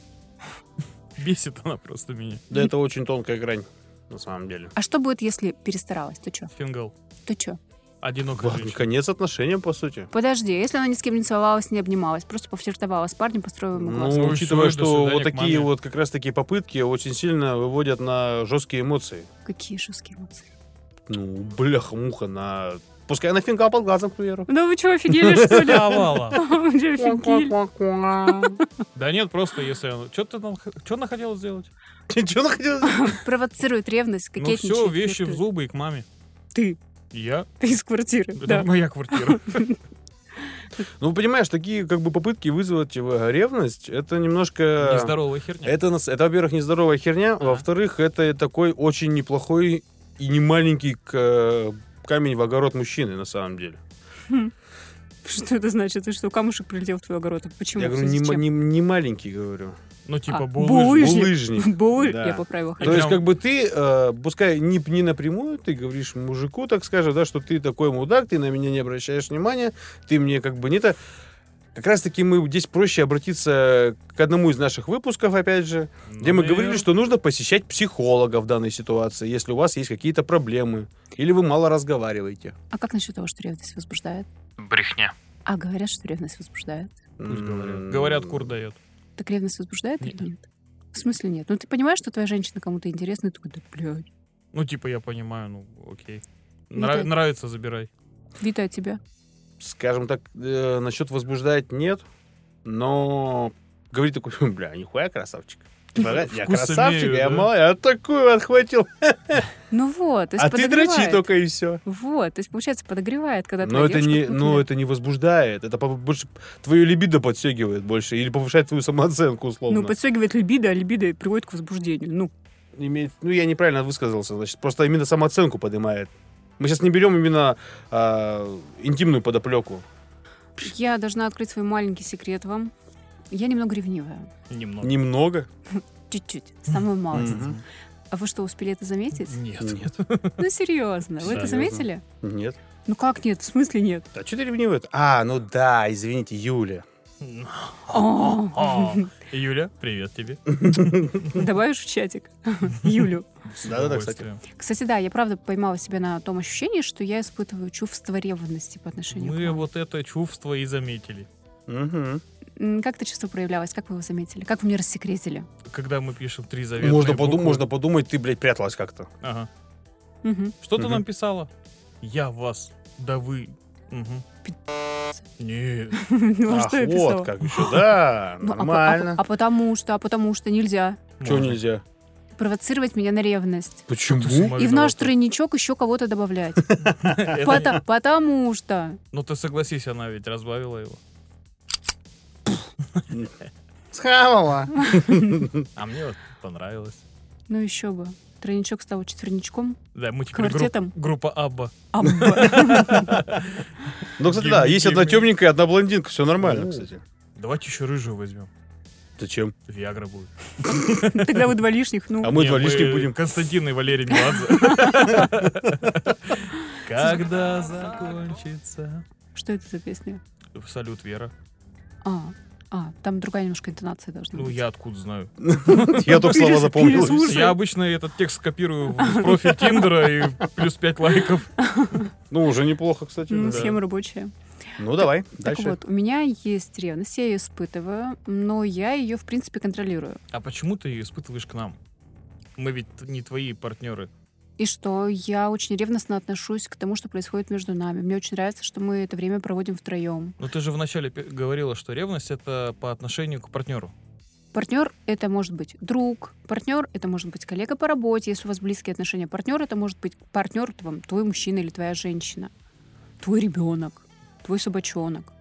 Бесит она просто меня.
Да это очень тонкая грань на самом деле.
а что будет, если перестаралась? Ты чё?
Фингал.
Ты чё?
Одинокая
Ладно,
женщина.
конец отношениям по сути.
Подожди, а если она ни с кем не целовалась, не обнималась, просто пофлиртовала с парнем, построила ему глаз.
Ну,
Ну,
учитывая,
всё, и до
что
свидания
вот
к
такие
маме.
вот как раз таки попытки очень сильно выводят на жесткие эмоции.
Какие жесткие эмоции.
Ну, бляха-муха на... Пускай на финка под глазом, к примеру.
Ну вы чё, офигели, что
*laughs*
ли? *laughs*
Давала.
Вы чё, офигели?
Да нет, просто если... Что ты нам... Что она хотела сделать?
Че она хотела? сказать?
*laughs* Провоцирует ревность,
Ну
кокетничает.
все, вещи в
флиртует.
зубы и к маме.
Ты,
Я?
ты из квартиры,
Это
да.
*laughs*
моя квартира.
Ну, понимаешь, такие как бы попытки вызвать его ревность, это немножко...
Нездоровая херня.
Это, нас- это, во-первых, нездоровая херня, во-вторых, это такой очень неплохой и не маленький к- э, камень в огород мужчины, на самом деле.
Что это значит? Ты что, камушек прилетел в твой огород? А Почему?
Я
В
говорю,
связи
не,
с
ма-
чем?
не- не маленький, говорю.
Ну,
А,
типа,
булыжник.
булыжник.
Булыжник.
Булыжник. *laughs* Булы,
Да.
я поправила.
То есть,
прям-
как бы ты, э, пускай не, не напрямую, ты говоришь мужику, так скажем, да, что ты такой мудак, ты на меня не обращаешь внимания, ты мне как бы не то. Как раз таки мы здесь проще обратиться к одному из наших выпусков, опять же, где мы говорили, что нужно посещать психолога в данной ситуации, если у вас есть какие-то проблемы, или вы мало разговариваете.
А как насчет того, что ревность возбуждает?
Брехня.
А говорят, что ревность возбуждает.
М,
говорят. Говорят, кур дает.
Так ревность возбуждает
Нет.
или нет? В смысле нет? Ну ты понимаешь, что твоя женщина кому-то интересна, и ты такой, да блядь,
Ну, типа, я понимаю, ну, окей.
Ну,
Нра-
да.
Нравится, забирай.
вита от тебя.
Скажем так, э, насчет возбуждать нет, но говорит такой, «Хм, бля, нихуя красавчик. Типа, Я
Вкус
красавчик,
имею,
я
да?
малый, а такую отхватил.
Ну вот, то есть
А ты дрочи
подогревает.
только и все.
Вот, то есть получается подогревает, когда
Но
твоя
это не,
девушка
но
путная.
это не возбуждает, это по- больше твою либидо подстегивает больше или повышает твою самооценку условно.
Ну, подстегивает либидо, а либидо приводит к возбуждению. Ну,
Имеет- ну я неправильно высказался, значит просто именно самооценку поднимает. Мы сейчас не берем именно а, интимную подоплеку.
я должна открыть свой маленький секрет вам. Я немного ревнивая.
Немного.
Немного.
Чуть-чуть, самую малость.
Мгм.
А вы что, успели
*laughs*
это заметить?
Нет,
Нет.
нет.
Ну, серьезно, вы
Серьезно.
это заметили?
Нет.
Ну как нет? В смысле нет?
А что ты ревнивая? А, ну да, извините, Юля.
*laughs*
*laughs*
А, Юля, привет тебе.
Добавишь в чатик *laughs* Юлю.
С
Да-да-да,
удовольствием.
Кстати, да, я правда поймала себя на том ощущении, что я испытываю чувство ревности по отношению к
Мы
вам.
вот это чувство и заметили.
Мгм.
М, Как это чувство проявлялось? Как вы его заметили? Как вы мне рассекретили?
Когда мы пишем три заветные
Можно,
буквы.
подум- можно подумать, ты, блядь, пряталась как-то.
Ага.
Мгм. *laughs*
Что ты
Мгм.
нам писала? Я вас, да вы. Мгм. Нет.
Ну, а
Ах,
что я
вот
писала?
как еще, да,
*laughs* Ну, а по- а по-
нормально.
А потому что, а потому что нельзя
Чего
Можно.
нельзя?
провоцировать меня на ревность.
Ты с
Почему?
ума
И в наш
виновата.
тройничок еще кого-то добавлять.
Это не-
Пота- Потому что.
Ну ты согласись, она ведь разбавила его.
Схавала.
А мне вот понравилось.
Ну еще бы. Тройничок стал четверничком.
Да, мы теперь
Квартетом?
групп- группа Абба.
А, Абба.
Ну, кстати, да,
Гимн-
есть одна
гимн.
темненькая, одна блондинка, все нормально,
Ну.
кстати.
Давайте еще рыжую возьмем.
Зачем?
Виагра будет.
Тогда вы два лишних.
А
Ну,
мы
Не,
два лишних будем.
*laughs* Константин и Валерий Меладзе. Когда закончится...
что это за песня?
Салют, Вера.
А, а, там другая немножко интонация должна
Ну,
быть.
я откуда знаю?
Я только слова запомнил.
Переслушай.
Я обычно этот текст копирую в профиль Тиндера и плюс 5 лайков.
Ну, уже неплохо, кстати.
М,
да.
Схема рабочая.
Ну, давай,
Так
дальше.
вот, у меня есть ревность, я ее испытываю, но я ее, в принципе, контролирую.
А почему ты ее испытываешь к нам? Мы ведь не твои партнеры.
И что я очень ревностно отношусь к тому, что происходит между нами. Мне очень нравится, что мы это время проводим втроем.
Но ты же вначале пе- говорила, что ревность это по отношению к партнеру.
Партнер — это может быть друг, партнер — это может быть коллега по работе, если у вас близкие отношения. Партнер — это может быть партнер, там, твой мужчина или твоя женщина, твой ребенок, твой собачонок,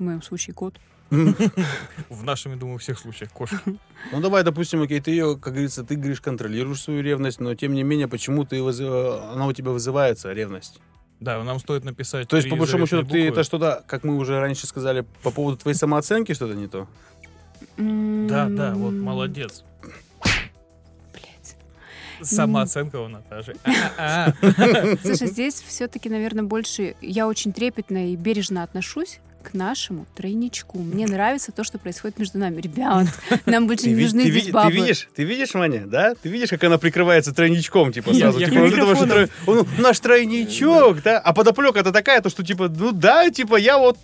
в моем случае кот.
В нашем, я думаю, всех случаях кошки.
Ну, давай, допустим, окей, ты ее, как говорится, ты, говоришь, контролируешь свою ревность, но, тем не менее, почему ты воз- э, она у тебя вызывается, ревность?
Да, нам стоит написать.
То есть,
три
по большому счету,
заветные
ты
буквы.
это что-то, как мы уже раньше сказали, по поводу твоей самооценки что-то не то?
Да, да, вот
М-м.
молодец.
Блять.
Самооценка у
*laughs*
Наташи. А, А-а-а.
Слушай, здесь все-таки, наверное, больше я очень трепетно и бережно отношусь к нашему тройничку. Мне нравится то, что происходит между нами. Ребят, нам больше не
ви-
нужны
ви-
здесь бабы.
ты видишь, ты видишь, Маня, да? Ты видишь, как она прикрывается тройничком, типа,
Я-
сразу.
я
типа, вот это ваш
микрофоном.
трой- он наш тройничок, да? А подоплека-то такая, то, что, типа, ну да, типа, я вот...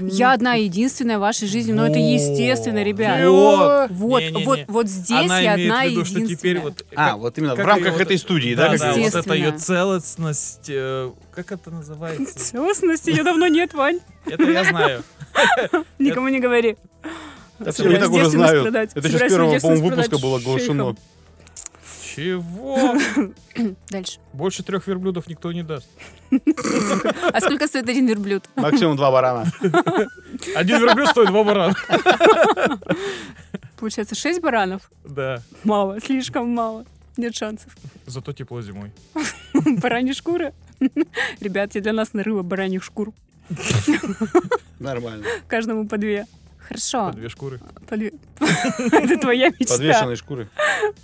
Я одна единственная в вашей жизни, но это
Во.
естественно, ребят.
Вот.
Вот,
Не-не-не.
вот, вот здесь
Она
я
имеет
одна
в виду, что
единственная.
теперь вот...
А,
как-
вот именно, в
как
рамках
её вот-
этой студии, да?
Да,
как
да,
говорится?
вот это ее
Естественно.
целостность, э, как это называется?
Целостности ее давно нет, Вань.
Это я
*laughs*
знаю.
Никому не говори.
Да все,
Собираюсь
я так уже
девственность
знаю.
продать.
Это еще с
Собираюсь
первого,
свою
по-моему,
девственность
выпуска было
продать
оглашено.
Чего?
Дальше.
Больше трех верблюдов никто не даст.
А сколько стоит один верблюд?
Максимум два барана.
Один верблюд стоит два барана. *laughs*
Получается, шесть баранов?
Да.
Мало, слишком мало. Нет шансов. *laughs*
Зато тепло зимой.
Бараньи шкуры? *laughs* Ребят, я для нас нарыла бараньих шкур.
Нормально.
Каждому по две. Хорошо.
По две шкуры.
По две. *laughs* Это твоя мечта.
Подвешенные шкуры.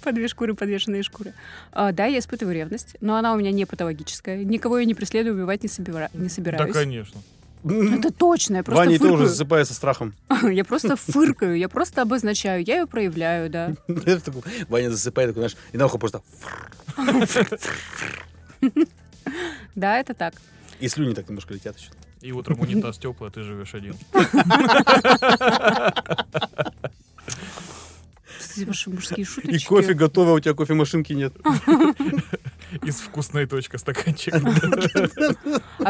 По две шкуры, подвешенные шкуры. А, да, я испытываю ревность, но она у меня не патологическая. Никого я не преследую, убивать не, собира- не
Да,
собираюсь. Ну,
конечно.
Это точно, я просто
Ваня и ты
фыркаю.
уже засыпается страхом. *laughs*
*laughs* Я просто фыркаю, я просто обозначаю, я ее проявляю, да.
Это такой, Ваня засыпает, такой, знаешь, и на ухо просто...
Да, это так.
И слюни так немножко летят еще.
И утром унитаз теплый, а ты живешь один.
Кстати, ваши мужские
И
шуточки.
кофе готово, а у тебя кофемашинки нет.
Из вкусной точка стаканчик.
А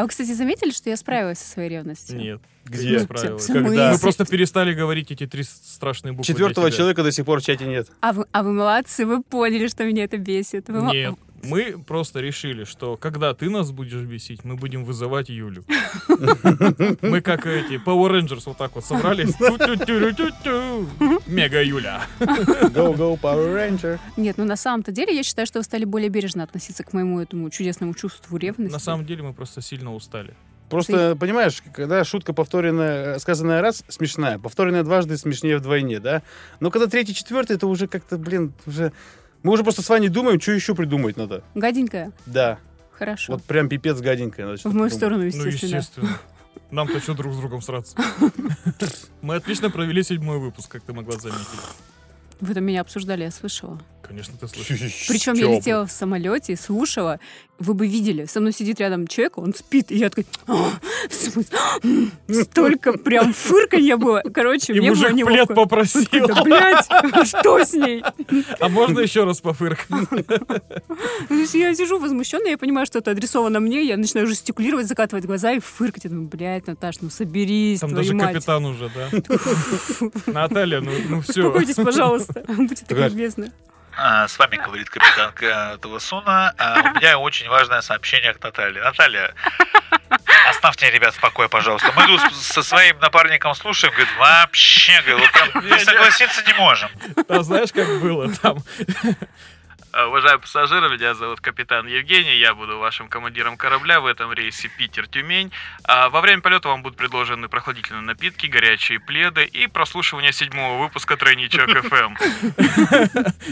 вы, кстати, заметили, что я справилась со своей ревностью?
Нет.
Где?
Не справилась.
В
Когда?
смысле?
Мы просто перестали говорить эти три с- страшные буквы. для
Четвертого
тебя.
человека до сих пор в чате нет.
А вы, а вы молодцы, вы поняли, что меня это бесит. Вы мо-
Нет. Мы просто решили, что когда ты нас будешь бесить, мы будем
*laughs*
вызывать Юлю. Мы как эти Power Rangers вот так вот собрались. Тю-тю-тю-тю-тю. Мега Юля.
Go, go, Power Ranger.
Нет, ну на самом-то деле я считаю, что вы стали более бережно относиться к моему этому чудесному чувству ревности.
На самом деле мы просто сильно устали.
Просто, понимаешь, когда шутка повторенная, э, сказанная раз, смешная, повторенная дважды смешнее вдвойне, да? Но когда третий, четвертый, это уже как-то, блин, уже... Мы уже просто с Ваней думаем, что еще придумать надо.
Гаденькая,
Да,
хорошо.
вот прям пипец гаденькое. Надо
В
что-то
мою
придумать.
сторону,
Ну,
естественно.
естественно. Нам-то что друг с другом сраться? Мы отлично провели седьмой выпуск, как ты могла заметить.
Вы там меня обсуждали, я слышала.
Конечно, ты слышишь.
Причем я
Чё,
летела в самолете, слушала. Вы бы видели, со мной сидит рядом человек, он спит, и я такая... «А, в смысле? М, Столько прям фырканья было. Короче,
И
мне было
мужик плед
неловко.
попросил.
Да, блядь, что с ней?
А можно еще раз пофыркать?
Ну, то есть я сижу возмущенная, я понимаю, что это адресовано мне, я начинаю жестикулировать, закатывать глаза и фыркать. Я думаю, блядь, Наташ, ну соберись,
Там
твою
даже
мать.
капитан уже, да?
*laughs*
Наталья, ну, ну все. *laughs*
Успокойтесь, пожалуйста, будьте так
Такая-
любезны.
А, С вами говорит капитанка Тавасуна. А, У меня очень важное сообщение от Натальи. Наталья, оставьте ребят в покое, пожалуйста. Мы тут с- со своим напарником слушаем, говорит, вообще, говорит, вот прям не согласиться не можем.
Там А знаешь, как было там?
А, Уважаемые пассажиры, меня зовут капитан Евгений, я буду вашим командиром корабля в этом рейсе Питер-Тюмень. А, Во время полета вам будут предложены прохладительные напитки, горячие пледы и прослушивание седьмого выпуска «Тройничок ФМ».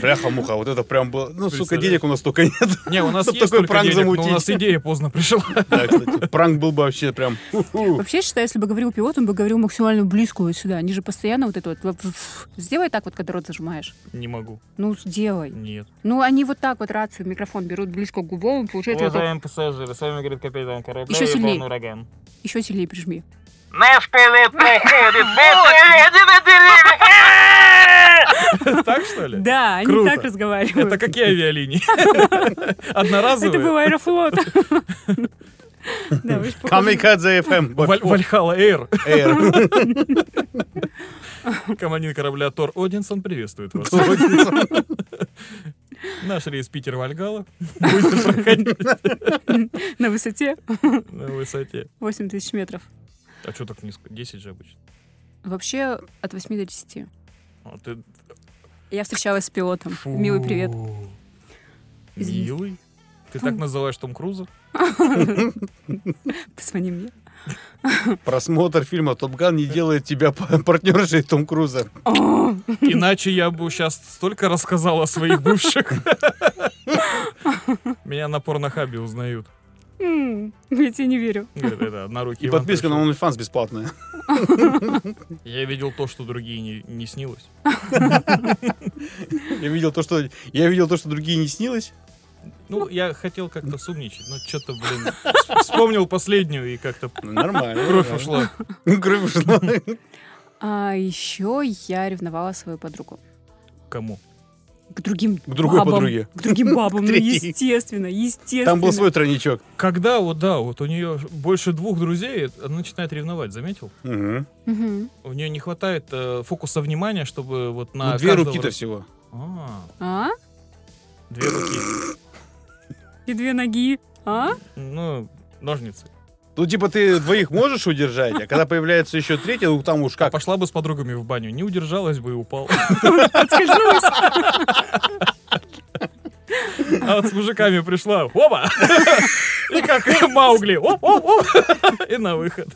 Бляха-муха, вот это прям было... Ну, сука,
Представляешь?
денег у нас только нет.
*laughs* Не, у нас
Чтоб
есть
такой
только
пранк
денег, но у
замутить.
нас идея поздно
*laughs*
пришла.
Да, кстати, пранк был бы вообще прям... ху-ху.
Вообще, я считаю, если бы говорил пилот, он бы говорил максимально близко вот сюда. Они же постоянно вот это вот... «ф-ф-ф». Сделай так вот, когда рот зажимаешь.
Не могу.
Ну, сделай.
Нет.
Ну, они вот так вот рацию, микрофон берут близко к губам, получается, вот так.
пассажиры, с вами говорит капитан корабля
*laughs*
Ещё Иван сильней.
Ураган.
еще сильнее прижми.
Наш полет проходит на деревьях.
Так что ли?
Да, они
Э, Круто.
так разговаривают.
Это какие авиалинии?
Это
*laughs* Одноразовые?
был аэрофлот.
*laughs*
Да, вы ж похожи.
Камикадзе FM.
Валь- Вальхалла Эйр. *laughs*
Air.
Командир корабля Тор Одинсон приветствует вас. Наш рейс Питер
*laughs*
Вальгала будет проходить
На высоте
на высоте.
8 тысяч метров.
А что так низко? 10 же обычно.
Вообще от 8 до 10.
А ты-
Я встречалась с пилотом.
Фу.
Милый привет. Извините.
Милый? Ты так называешь Том Круза?
Позвони мне.
*laughs* Просмотр фильма «Топ Ган» не делает тебя па- партнершей Том Круза.
О,
Иначе я бы сейчас столько рассказал о своих бывших. *laughs* Меня на порнохабе узнают.
м, Я тебе не верю.
Говорят, это
И
однорукий Иван
подписка
пришел.
на OnlyFans бесплатная.
Я видел то, что другие не, не снилось.
*laughs* Я видел то, что я видел то, что другие не снилось.
Ну, я хотел как-то сумничать, но что-то, блин, вс- вспомнил последнюю и как-то
Ну, Нормально.
кровь
нормально.
ушла.
Кровь ушла.
А еще я ревновала свою подругу.
Кому?
К другим
К другой
бабам.
подруге.
К
*laughs*
другим бабам, ну,
третьей.
естественно,
*laughs*
естественно.
Там был свой тройничок.
Когда, вот да, вот у нее больше двух друзей, она начинает ревновать, заметил?
Мгм.
Мгм.
У нее не хватает э, фокуса внимания, чтобы вот на...
Ну, Две
каждого
руки-то
раз-
всего.
А,
А?
две руки.
И две ноги.
*laughs*
А?
Ну, ножницы.
Ну, типа, ты двоих можешь удержать, а когда появляется еще третий, ну, там уж
Как?
как.
Пошла бы с подругами в баню, не удержалась бы и упала.
Подскользнулась.
А вот с мужиками пришла, опа! И как Маугли, оп-оп-оп! И на выход.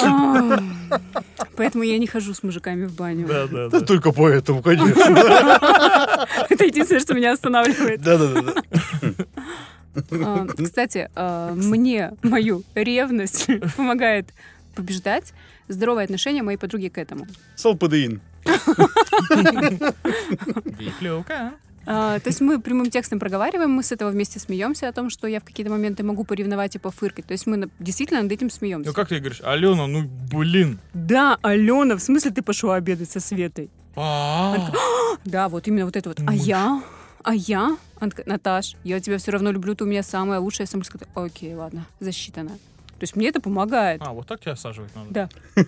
А. Поэтому я не хожу с мужиками в баню.
Да-да-да.
только поэтому, *laughs* конечно.
Это единственное, что
*laughs*
меня останавливает.
Да-да-да.
А, Кстати, а, мне мою ревность *laughs* помогает побеждать здоровое отношение моей подруги к этому.
Салпадеин.
Биклюка.
А, То есть мы прямым текстом проговариваем, мы с этого вместе смеемся о том, что я в какие-то моменты могу поревновать и пофыркать. То есть мы на- действительно над этим смеемся.
Ну как ты говоришь, Алена, ну блин.
Да, Алена, в смысле ты пошла обедать со Светой?
А,
Да, вот именно вот это вот. А
Мышь.
я? А я? Она такая, Наташ, я тебя все равно люблю, ты у меня самая лучшая. Я сама сказала, окей, ладно, засчитано. То есть мне это помогает.
А, вот так тебя саживать надо.
Да.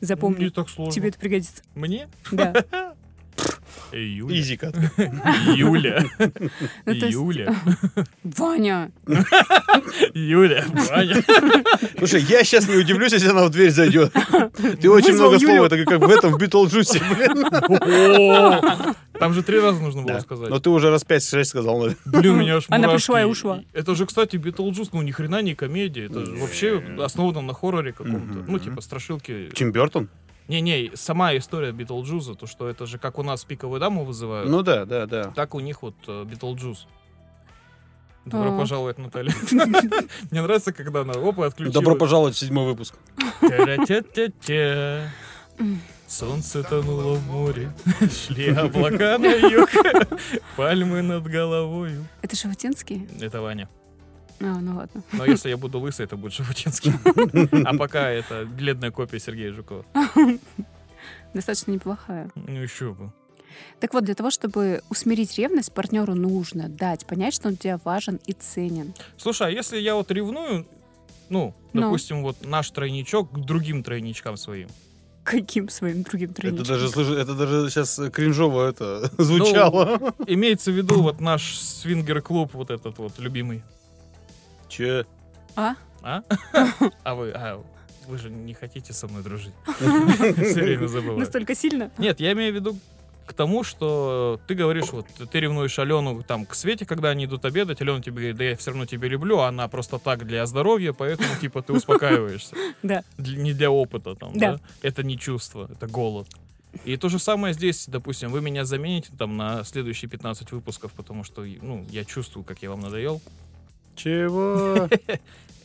Не
Запомни,
так сложно.
тебе это пригодится.
Мне? Э,
Да.
Июля.
Изика.
Июля.
Ну, то есть- *laughs*
Июля.
Ваня,
Июля. Ваня.
Слушай, я сейчас не удивлюсь, если она в дверь зайдет. Ты очень
Вызвал
много
Юлю.
слов, это как в этом, в Битлджусе, блин.
О, Там же три раза нужно было
Да.
сказать.
Но ты уже раз 5-6 сказал. наверное.
Блин, у меня аж
Она
мурашки.
пришла и ушла.
Это же, кстати, Битлджус, ну ни хрена не комедия. Это же вообще основано на хорроре каком-то.
Мгм.
Ну, типа страшилки.
Тим Бертон?
Не-не, сама история Битлджуза, то, что это же как у нас пиковую даму вызывают,
Ну да, да, да.
так у них вот э, Битлджус. Добро
А.
пожаловать,
*laughs*
Наталья. Мне нравится, когда она опа отключила.
Добро пожаловать в седьмой выпуск.
Тя-ля-тя-тя-тя. Солнце тонуло в море, шли облака на юг, пальмы над головою.
это Шавутинский?
Это Ваня.
А, ну ладно.
Но если я буду лысый, это будет Шафутинский. А пока это бледная копия Сергея Жукова.
Достаточно неплохая.
Ну еще бы.
Так вот, для того, чтобы усмирить ревность, партнеру нужно дать понять, что он для тебя важен и ценен.
Слушай, а если я вот ревную, ну,
Ну.
допустим, вот наш тройничок к другим тройничкам своим.
Каким своим другим
Это
тройничком?
даже, слушай, это даже сейчас кринжово это *laughs* звучало.
Имеется в виду вот наш свингер-клуб, вот этот вот любимый.
Че?
А? А вы, а, вы же не хотите со мной
*laughs*
дружить. Все время забываю.
Настолько сильно?
Нет, я имею в виду к тому, что ты говоришь, вот ты ревнуешь Алену там к Свете, когда они идут обедать, Алена тебе говорит, да я все равно тебя люблю, а она просто так для здоровья, поэтому типа ты успокаиваешься.
Да.
Для- Не для опыта там,
Да.
да? Это не чувство, это голод. И то же самое здесь, допустим, вы меня замените там на следующие 15
*laughs*
выпусков, потому что, ну, я чувствую, как я вам надоел.
Чего?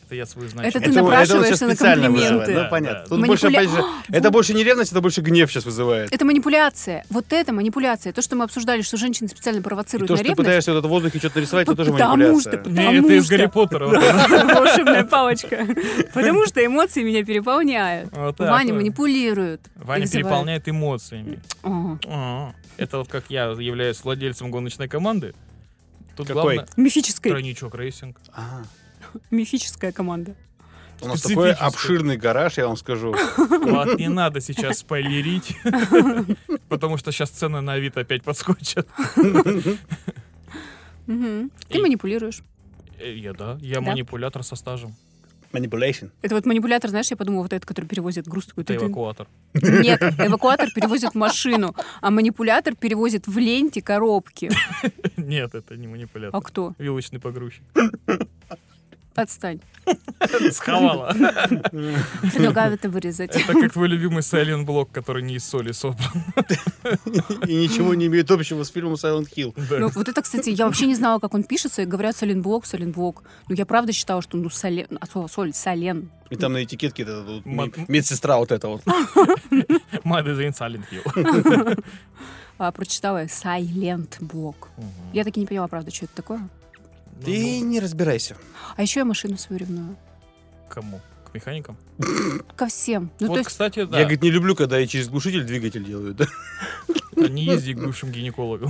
Это я свою значу.
Это ты
он- он
напрашиваешься
сейчас
на
специально вызывает.
комплименты.
Ну, понятно.
Да,
Тут
да.
больше,
Манипуля- *gasps*
опять же, это больше не ревность, это больше гнев сейчас вызывает.
Это манипуляция. Вот это манипуляция. То, что мы обсуждали, что женщины специально
И
провоцируют
то,
на
что ты
ревность.
пытаешься вот это в воздухе что-то нарисовать, это тоже
Потому что,
манипуляция.
потому
Не, это из
что.
Гарри Поттера. вот это.
Волшебная палочка. Потому что эмоции меня переполняют.
Вот так
Ваня
вот.
манипулирует.
Ваня
их зовут.
переполняет эмоциями.
О,
А, Это вот как я являюсь владельцем гоночной команды. Тут
Какой?
главное...
Мифическая,
Тройничок рейсинг.
А,
мифическая команда.
У нас такой
Специфическое.
обширный гараж, я вам *laughs* скажу.
Ладно, не надо сейчас спойлерить, *laughs* потому что сейчас цены на Авито опять подскочат.
Мгм. Ты
И-
манипулируешь.
Э, Я да, я
Да.
манипулятор со стажем.
Manipulation.
Это вот манипулятор, знаешь, я подумала, вот этот, который перевозит груз. Такой,
Это
ты-ты.
эвакуатор. *laughs*
Нет, эвакуатор перевозит машину, а манипулятор перевозит в ленте коробки.
Нет, это не
А
манипулятор.
кто?
Вилочный погрузчик. *laughs*
Отстань.
*laughs* Сховала.
Предлагаю это вырезать.
Это как твой любимый Silent блок, который не из соли собран. *laughs*
И ничего не имеет общего с фильмом Silent Hill.
Да.
Ну, вот это, кстати, я вообще не знала, как он пишется, и говорят соленблок, соленблок. Ну, я правда считала, что ну солен, от слова соль, солен.
И там на этикетке это вот
Мат-
мед- медсестра вот эта вот.
My design Silent Hill.
А прочитала я silent блок. Я таки не поняла, правда, что это такое.
Ты не разбирайся.
А еще я машину свою ревную.
Ну, Кому? К механикам?
Ко всем. Ну,
Вот,
то есть,
кстати, да.
Я,
*laughs*
говорит, не люблю, когда и через глушитель двигатель делают.
Не езди к бывшим гинекологам.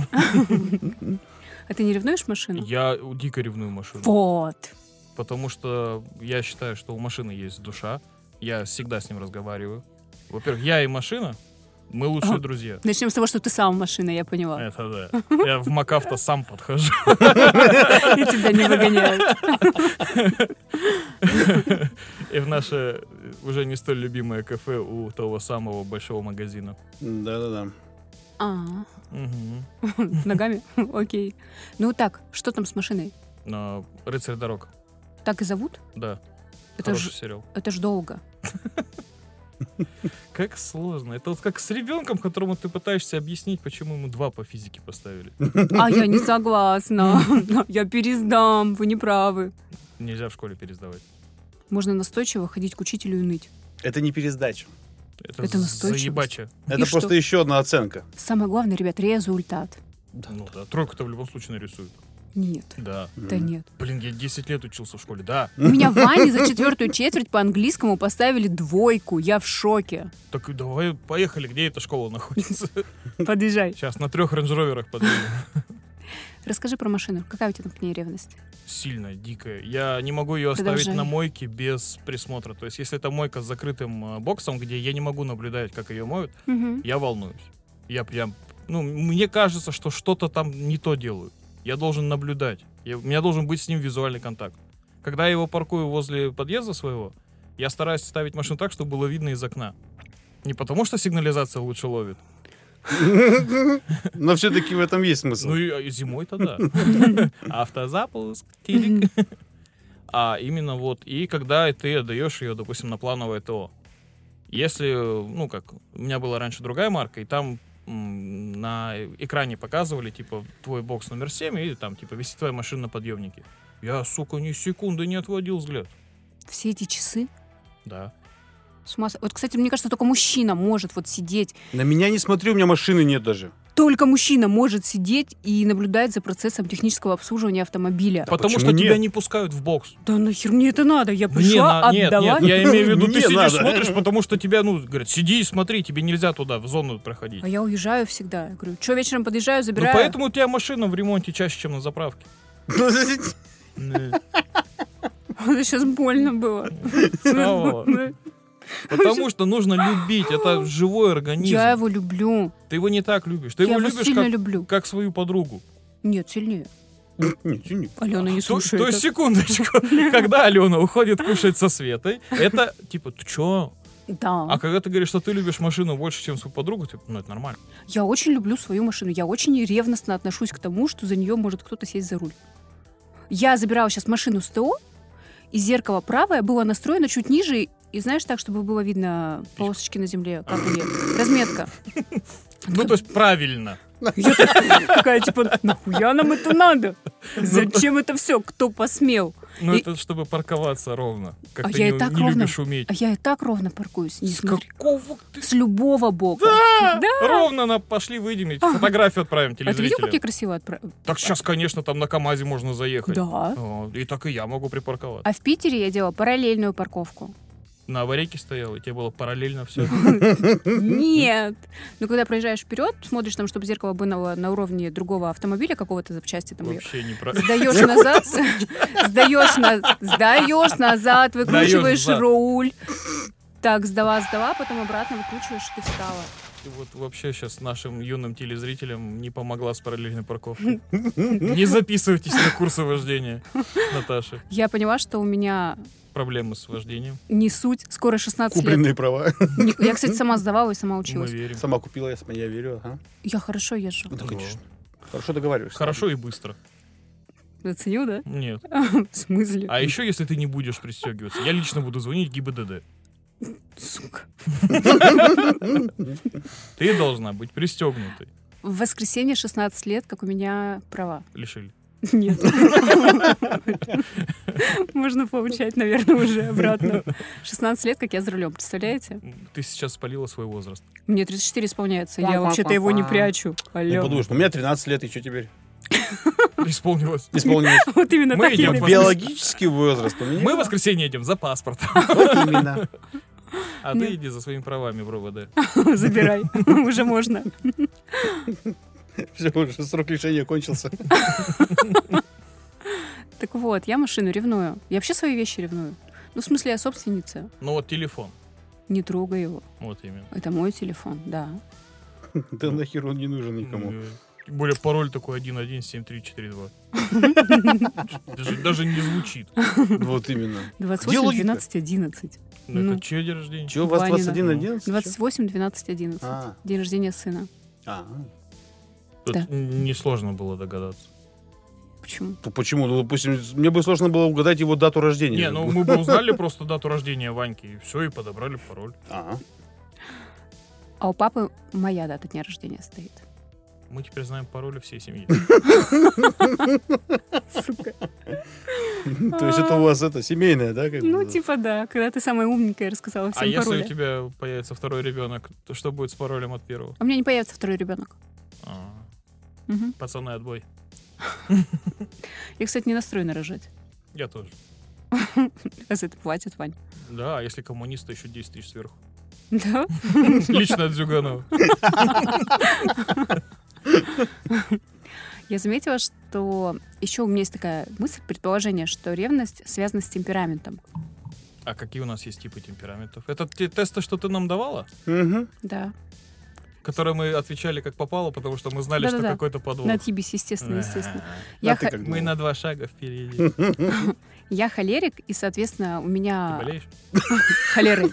а ты не ревнуешь машину?
Я дико ревную машину.
Вот.
Потому что я считаю, что у машины есть душа. Я всегда с ним разговариваю. Во-первых, я и машина, мы лучшие
Ага.
друзья.
Начнем с того, что ты сам машина, я поняла.
Это
*laughs*
да. Я в МакАвто сам подхожу.
Я тебя не выгоняю.
*laughs* И в наше э, уже не столь любимое кафе у того самого большого магазина.
Да-да-да.
А,
Мгм.
ногами? *laughs* Окей. Ну так, что там с машиной?
Но Рыцарь дорог.
Так и зовут?
Да,
Это
хороший
ж,
сериал.
это ж долго.
Как сложно. Это вот как с ребенком, которому ты пытаешься объяснить, почему ему два по физике поставили.
А
*laughs*
я не согласна. *laughs* Я пересдам, вы не правы.
Нельзя в школе пересдавать.
Можно настойчиво ходить к учителю и ныть.
Это не пересдача.
Это настойчивость.
заебаче.
Это
что?
просто еще одна оценка.
Самое главное, ребят, результат.
Ну да, тройку-то в любом случае нарисуют.
Нет.
Да.
Да нет.
Блин, я 10 лет учился в школе, да.
У меня в Ване за четвертую четверть по английскому поставили двойку. Я в шоке.
Так и давай, поехали, где эта школа находится? *laughs*
Подъезжай.
Сейчас на трех рейндж-роверах подъеду.
Расскажи про машину. Какая у тебя там к ней ревность?
Сильно, дикая. Я не могу ее оставить
Продолжай.
на мойке без присмотра. То есть, если это мойка с закрытым э, боксом, где я не могу наблюдать, как ее моют,
Мгм.
я волнуюсь. Я прям... Ну, мне кажется, что что-то там не то делают. Я должен наблюдать. Я- у меня должен быть с ним визуальный контакт. Когда я его паркую возле подъезда своего, я стараюсь ставить машину так, чтобы было видно из окна. Не потому, что сигнализация лучше ловит.
Но все-таки в этом есть смысл.
Ну, и и зимой-то да. Автозапуск, тирик. А именно вот, и когда ты отдаешь ее, допустим, на плановое ТО. Если, ну как, у меня была раньше другая марка, и там м, на экране показывали, типа, твой бокс номер 7, и там, типа, висит твоя машина на подъемнике. Я, сука, ни секунды не отводил взгляд.
Все эти часы
Да.
с ума с- Вот, кстати, мне кажется, только мужчина может вот сидеть.
На меня не смотри, у меня машины нет даже.
Только мужчина может сидеть и наблюдать за процессом технического обслуживания автомобиля.
Да
Потому
почему
что тебя
нет? Ну
не пускают в бокс.
Да нахер мне это надо? Я
Не,
пришла,
на- нет,
отдала.
нет, я имею в виду, ты
Не
сидишь,
надо.
смотришь, потому что тебя, ну, говорят, сиди и смотри, тебе нельзя туда, в зону проходить.
А я уезжаю всегда. Я говорю, что вечером подъезжаю,
Ну,
забираю.
поэтому у тебя машина в ремонте чаще, чем на заправке.
Это сейчас больно было.
Стало. Потому что нужно любить. Это живой
Я
организм.
его люблю.
Ты его не так любишь. Ты
я
его
его
любишь
сильно
как-
люблю.
как свою подругу.
Нет, сильнее.
Нет, я не-
Алена
А,
не
То,
слушает.
то есть,
*laughs*
секундочку, когда Алена уходит кушать со Светой, это типа, ты чё?
Да.
А когда ты говоришь, что ты любишь машину больше, чем свою подругу, типа, ну это нормально.
Я очень люблю свою машину. Я очень ревностно отношусь к тому, что за нее может кто-то сесть за руль. Я забирала сейчас машину с ТО, и зеркало правое было настроено чуть ниже, и знаешь так, чтобы было видно полосочки на земле, капли, разметка.
Ну, то есть правильно.
Я так- такая, типа, нахуя нам это надо? Зачем это все? Кто посмел?
Ну,
И-
это чтобы парковаться ровно. Как
А
ты
я и
не,
так
не
ровно.
любишь уметь.
А я и так ровно паркуюсь. Не
С
смотри.
какого ты...
С любого бока.
Да!
Да.
Ровно на... пошли выйдем, и фотографию отправим
А ты видел,
телезрителям.
какие красивые отправ-
Так сейчас, конечно, там на КАМАЗе можно заехать.
Да.
О, И так и я могу припарковаться.
А в Питере я делала параллельную
*laughs*
парковку.
На аварийке стоял, и тебе было параллельно все.
Нет. Ну, когда проезжаешь вперед, смотришь там, чтобы зеркало было на уровне другого автомобиля, какого-то запчасти там. или-
Вообще не про...
Сдаешь
*laughs*
назад, *laughs* сдаешь, на- сдаешь назад, выкручиваешь
назад.
руль. Так, сдала, сдала, потом обратно выкручиваешь, и ты встала.
Ты вот вообще сейчас нашим юным телезрителям не помогла с параллельной парковкой. Не записывайтесь на курсы вождения, Наташи.
Я поняла, что у меня
Проблемы с вождением.
не суть, скоро 16 лет.
Купленные права.
Ни- Я, кстати,
*laughs*
сама сдавала и сама
Мы
училась.
верим.
Сама купила, я сама я верю. ага.
Я хорошо езжу.
Да,
Ну.
конечно. Хорошо договариваешься.
Хорошо и быстро.
Заценил, да? *laughs*
Нет.
В смысле?
А еще, если ты не будешь пристегиваться, я лично буду звонить ГИБДД.
Сука.
Ты должна быть пристегнутой.
В воскресенье 16 лет, как у меня права.
Лишили.
Нет. Можно получать, наверное, уже обратно. 16 лет, как я за рулем, представляете?
Ты сейчас спалила свой возраст.
Мне 34 исполняется, я вообще-то его не прячу.
Не
Алло.
подумаешь, у меня 13 лет, и Ну, что
*laughs*
теперь?
Исполнилось.
Исполнилось.
Вот именно
Мы
так я
идем
написала.
в воскрес-
Биологический возраст у меня.
Мы в воскресенье идем за паспортом.
Вот именно.
А
Нет.
ты иди за своими правами в РОВД.
Забирай, уже можно.
Все, уже срок лишения кончился.
Так вот, я машину ревную. Я вообще свои вещи ревную. Ну, в смысле, я собственница.
Ну вот телефон.
Не трогай его.
Вот именно.
Это мой телефон, да.
Да нахер он не нужен никому.
Э, Тем более пароль такой *laughs* 117342. Даже- Даже не звучит.
Вот именно. Где
28,
логика?
12, 11.
Ну,
Ну.
Это чье день рождения?
Че, у вас
Ванина.
21.11? Чё?
28, 12, 11.
А.
День рождения сына.
А,
Тут
Да.
н- несложно было догадаться.
Почему?
ну Почему? Ну, допустим, мне бы сложно было угадать его дату рождения.
Не, *laughs* ну мы бы узнали просто дату рождения Ваньки, и все, и подобрали пароль.
А,
А у папы моя дата дня рождения стоит.
Мы теперь знаем пароли всей семьи.
*laughs* То есть это у вас это семейное, да? как
Ну,
бы?
типа да, когда ты самая умненькая рассказала
А
всем
если
пароли.
у тебя появится второй ребенок, то что будет с паролем от первого?
У меня не появится второй ребенок.
А,
Мгм.
Пацаны, отбой.
Я, кстати, не настроена рожать.
Я тоже.
А за это платят, Вань.
Да, а если коммунисты, еще 10 тысяч *laughs* сверху.
*laughs* Да?
Лично от Зюганова.
Я заметила, что еще у меня есть такая мысль, предположение, что ревность связана с темпераментом.
А какие у нас есть типы темпераментов? Это те тесты, что ты нам давала?
Мгм.
Да.
Которые мы отвечали как попало, потому что мы знали, что
Да-да-да.
какой-то подвох.
На отъебись, Ну, естественно, естественно.
А,
Я,
А ты
ха-
как
*laughs* Мы
думал?
на два шага впереди. Ты
я холерик, и, соответственно, у меня...
болеешь? *laughs*
холерой.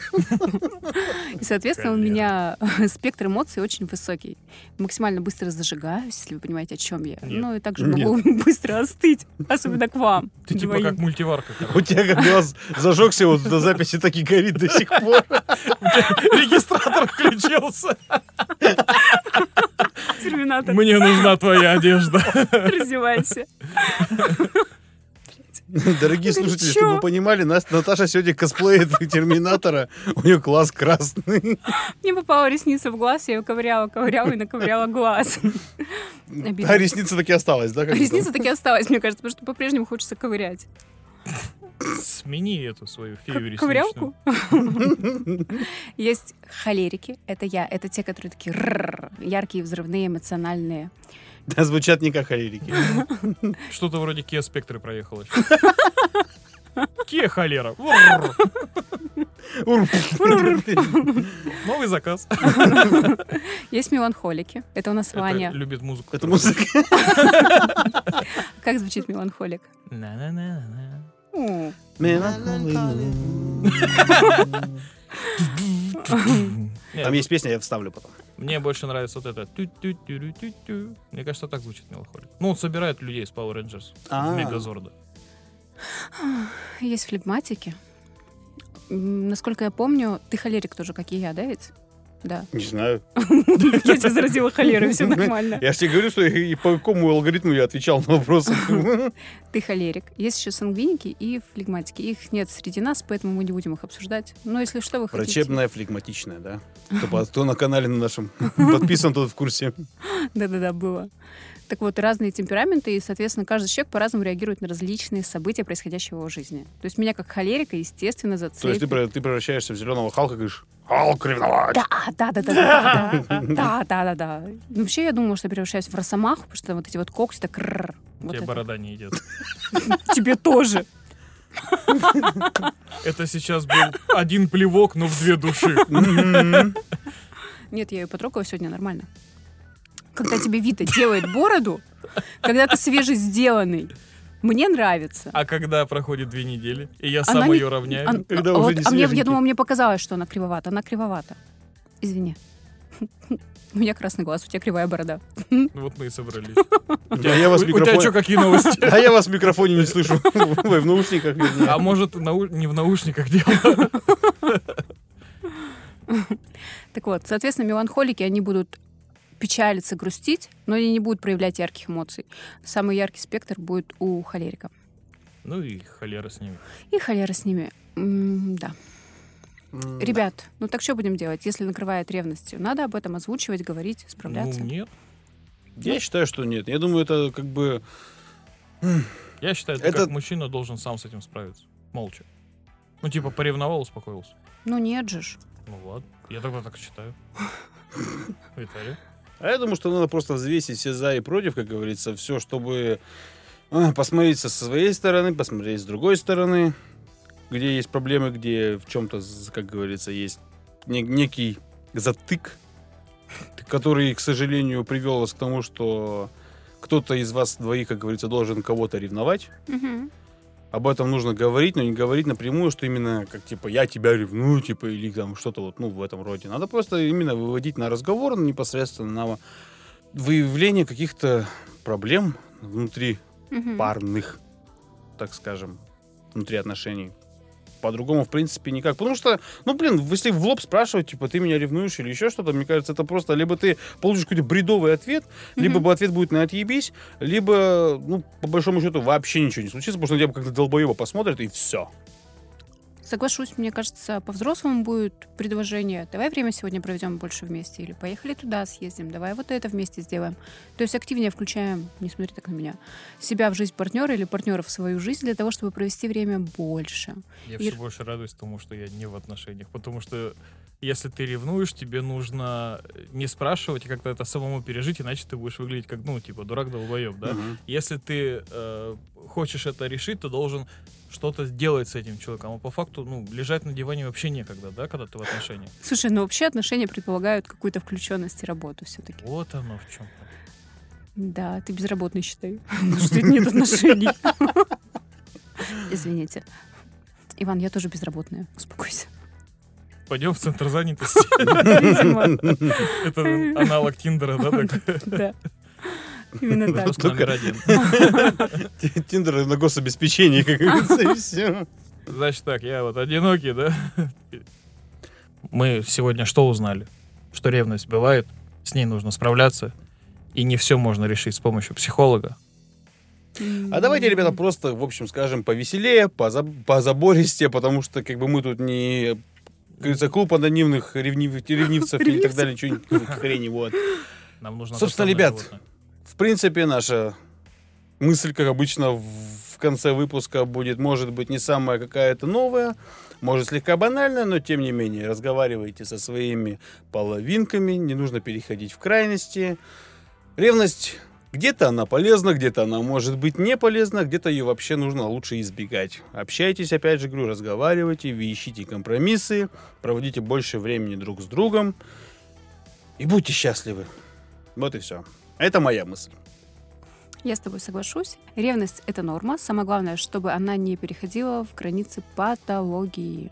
И, соответственно, у
Холера.
меня спектр эмоций очень высокий. Максимально быстро зажигаюсь, если вы понимаете, о чем я.
Нет.
Ну и также могу *laughs* быстро остыть, особенно к вам.
Ты типа
двоим.
как мультиварка.
*laughs*
*laughs*
короче.
У тебя как глаз зажегся, вот до записи так и горит до сих
*laughs*
пор.
Регистратор включился.
Терминатор,
Мне нужна твоя одежда.
*laughs* раздевайся.
Дорогие слушатели,
Горячо.
чтобы вы понимали, нас, Наташа сегодня косплеит *laughs* Терминатора. У нее глаз красный.
Мне попала ресница в глаз, я ее ковыряла, ковыряла и наковыряла глаз. Обидно.
А ресница таки осталась, да? как бы там?
Ресница таки осталась, мне кажется, потому что по-прежнему хочется ковырять.
*laughs* Смени эту свою
К-
фею ресничную. *laughs*
Ковырялку? Есть холерики, это я, это те, которые такие «рррр», яркие, взрывные, эмоциональные.
*laughs* Да, звучат не как холерики.
Что-то вроде Kia Spectre
*laughs*
проехалось. *laughs* Kia холера.
Ур.
Новый
*laughs*
заказ.
Есть меланхолики. Это у нас Ваня.
Это любит музыку.
Это
*laughs*
музыка.
Как звучит меланхолик?
На-на-на-на.
У,
Нет,
Там есть песня, я вставлю потом.
Мне больше нравится вот это. Тю-тю-тю-рю-тю-тю. Мне кажется, так звучит меланхолик. Ну, он собирает людей из Power Rangers.
А.
из Мегазорда.
Есть флегматики. М, Насколько я помню, ты холерик тоже, как и я, да ведь? Да.
Не знаю.
*laughs* Я тебя *laughs* заразила холерой, все нормально.
Я же тебе говорю, что и и по какому алгоритму я отвечал на вопросы.
Ты холерик. Есть еще сангвиники и флегматики. Их нет среди нас, поэтому мы не будем их обсуждать. Но если что, вы хотите...
Врачебная флегматичная, да? Кто, по- кто на канале на нашем подписан, тот в курсе.
*laughs* Да-да-да, было. Так вот, разные темпераменты, и, соответственно, каждый человек по-разному реагирует на различные события, происходящие в его жизни. То есть меня как холерика, естественно,
То есть
зацепит.
ты, пре- ты превращаешься в зеленого Халка и говоришь, Халк ревновать.
Да, да, да, да, да,
*laughs*
да, да, да, да, да. Ну, Вообще, я думала, что я превращаюсь в росомаху, потому что вот эти вот когти так... рррр. Вот
Тебе
это.
борода не идет.
Тебе тоже.
Это сейчас был один плевок, но в две души.
Мгм.
Нет, я ее потрогала сегодня нормально. Когда тебе Вита делает бороду, когда ты свежесделанный, мне нравится.
А когда проходит две недели, и я
Она
сам
не-
ее равняю.
Ан-
когда
а
уже
вот-
не
а мне, я
свеженький.
думала, мне показалось, что она кривовата. Она кривовата. Извини. *laughs* У меня красный глаз, у тебя кривая борода.
Ну Вот мы и собрались.
А я вас в
У- У тебя что,
микрофоне...
какие новости?
А я вас в микрофоне не слышу. *laughs* Вы в наушниках. видно.
А может, нау- не в наушниках дело?
Так вот, соответственно, меланхолики, они будут печалиться, грустить, но они не будут проявлять ярких эмоций. Самый яркий спектр будет у холерика.
Ну и холера с Ну, ними.
И холера с ними. М, да.
М, да.
Ребят, ну так что будем делать, если накрывает ревностью? Надо об этом озвучивать, говорить,
Ну
справляться.
нет.
ну-
Я считаю, что нет. Я думаю, это как бы...
Я считаю, ты
Это-
как мужчина должен сам с этим справиться. Молча. Ну типа поревновал, успокоился.
Ну нет же ж.
Ну ладно. Я тогда так
*laughs*
считаю. Виталий.
А я думаю, что надо просто взвесить все за и против, как говорится, все, чтобы а, посмотреть со своей стороны, посмотреть с другой стороны, где есть проблемы, где в чем-то, з- как говорится, есть не- некий затык, который, к сожалению, привел вас к тому, что кто-то из вас двоих, как говорится, должен кого-то ревновать.
Мгм.
Об этом нужно говорить, но не говорить напрямую, что именно как типа я тебя ревную, типа или там что-то вот ну в этом роде. Надо просто именно выводить на разговор непосредственно на выявление каких-то проблем внутри
Мгм.
парных, так скажем, внутри отношений. По-другому, в принципе, никак. Потому что, ну, блин, если в лоб спрашивать, типа, ты меня ревнуешь или еще что-то, мне кажется, это просто либо ты получишь какой-то бредовый ответ, либо
Мгм.
бы ответ будет на отъебись, либо, ну, по большому счету, вообще ничего не случится, потому что на тебя как-то долбоеба посмотрят, и все.
Соглашусь, мне кажется, по-взрослому будет предложение. Давай время сегодня проведем больше вместе. Или поехали туда съездим. Давай вот это вместе сделаем. То есть активнее включаем, не смотри так на меня, себя в жизнь партнера или партнера в свою жизнь для того, чтобы провести время больше.
Я
Ир.
все больше радуюсь тому, что я не в отношениях, потому что если ты ревнуешь, тебе нужно не спрашивать, а как-то это самому пережить, иначе ты будешь выглядеть как, ну, типа, дурак долбоеб, да?
Мгм.
Если ты э, хочешь это решить, ты должен что-то делать с этим человеком. А по факту, ну, лежать на диване вообще некогда, да, когда ты в отношениях.
Слушай, ну вообще отношения предполагают какую-то включенность и работу все-таки.
Вот оно в чем. то
Да, ты безработный, считай. *laughs* Потому что это нет отношений. Извините. Иван, я тоже безработная. Успокойся.
Пойдем в центр занятости.
*laughs* Видимо,
Это аналог Тиндера, да, такой?
да. Именно так.
Вопрос номер один.
Т- Тиндер на гособеспечении,
*laughs*
как говорится, и все.
Значит так, я вот одинокий, да? Мы сегодня что узнали? Что ревность бывает, с ней нужно справляться, и не все можно решить с помощью психолога.
А давайте, ребята, просто, в общем, скажем, повеселее, позаб- позабористее, потому что, как бы, мы тут не как говорится, клуб анонимных ревнив- ревнивцев или так далее, что-нибудь хрени, вот.
Нам нужно...
Собственно,
отставное
ребят,
животное.
В принципе, наша мысль, как обычно, в в конце выпуска будет, может быть, не самая какая-то новая, может, слегка банальная, но тем не менее, разговаривайте со своими половинками, не нужно переходить в крайности. Ревность, где-то она полезна, где-то она может быть не полезна, где-то ее вообще нужно лучше избегать. Общайтесь, опять же, говорю, разговаривайте, вы ищите компромиссы, проводите больше времени друг с другом и будьте счастливы. Вот и все. Это моя мысль.
Я с тобой соглашусь. Ревность — это норма. Самое главное, чтобы она не переходила в границы патологии.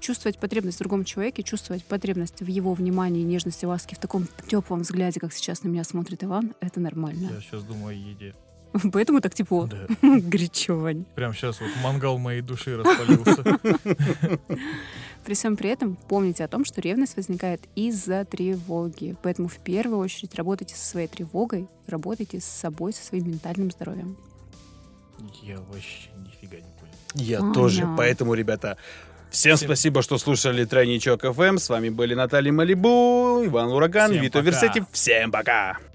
Чувствовать потребность в другом человеке, чувствовать потребность в его внимании, нежности, ласке, в таком теплом взгляде, как сейчас на меня смотрит Иван, это
Я
нормально.
сейчас думаю о еде.
*laughs* Поэтому так тепло.
Да.
Горячо, Вань.
Прям сейчас вот мангал моей души распалился.
При всем при этом помните о том, что ревность возникает из-за тревоги. Поэтому в первую очередь работайте со своей тревогой, работайте с собой, со своим ментальным здоровьем.
Я вообще нифига не понял.
Я
Ага.
тоже. Поэтому, ребята, всем
Всем-
спасибо, что слушали Эм. Тройничок FM. С вами были Наталья Малибу, Иван Ураган,
Всем
Вито
пока.
Версетти. Всем пока!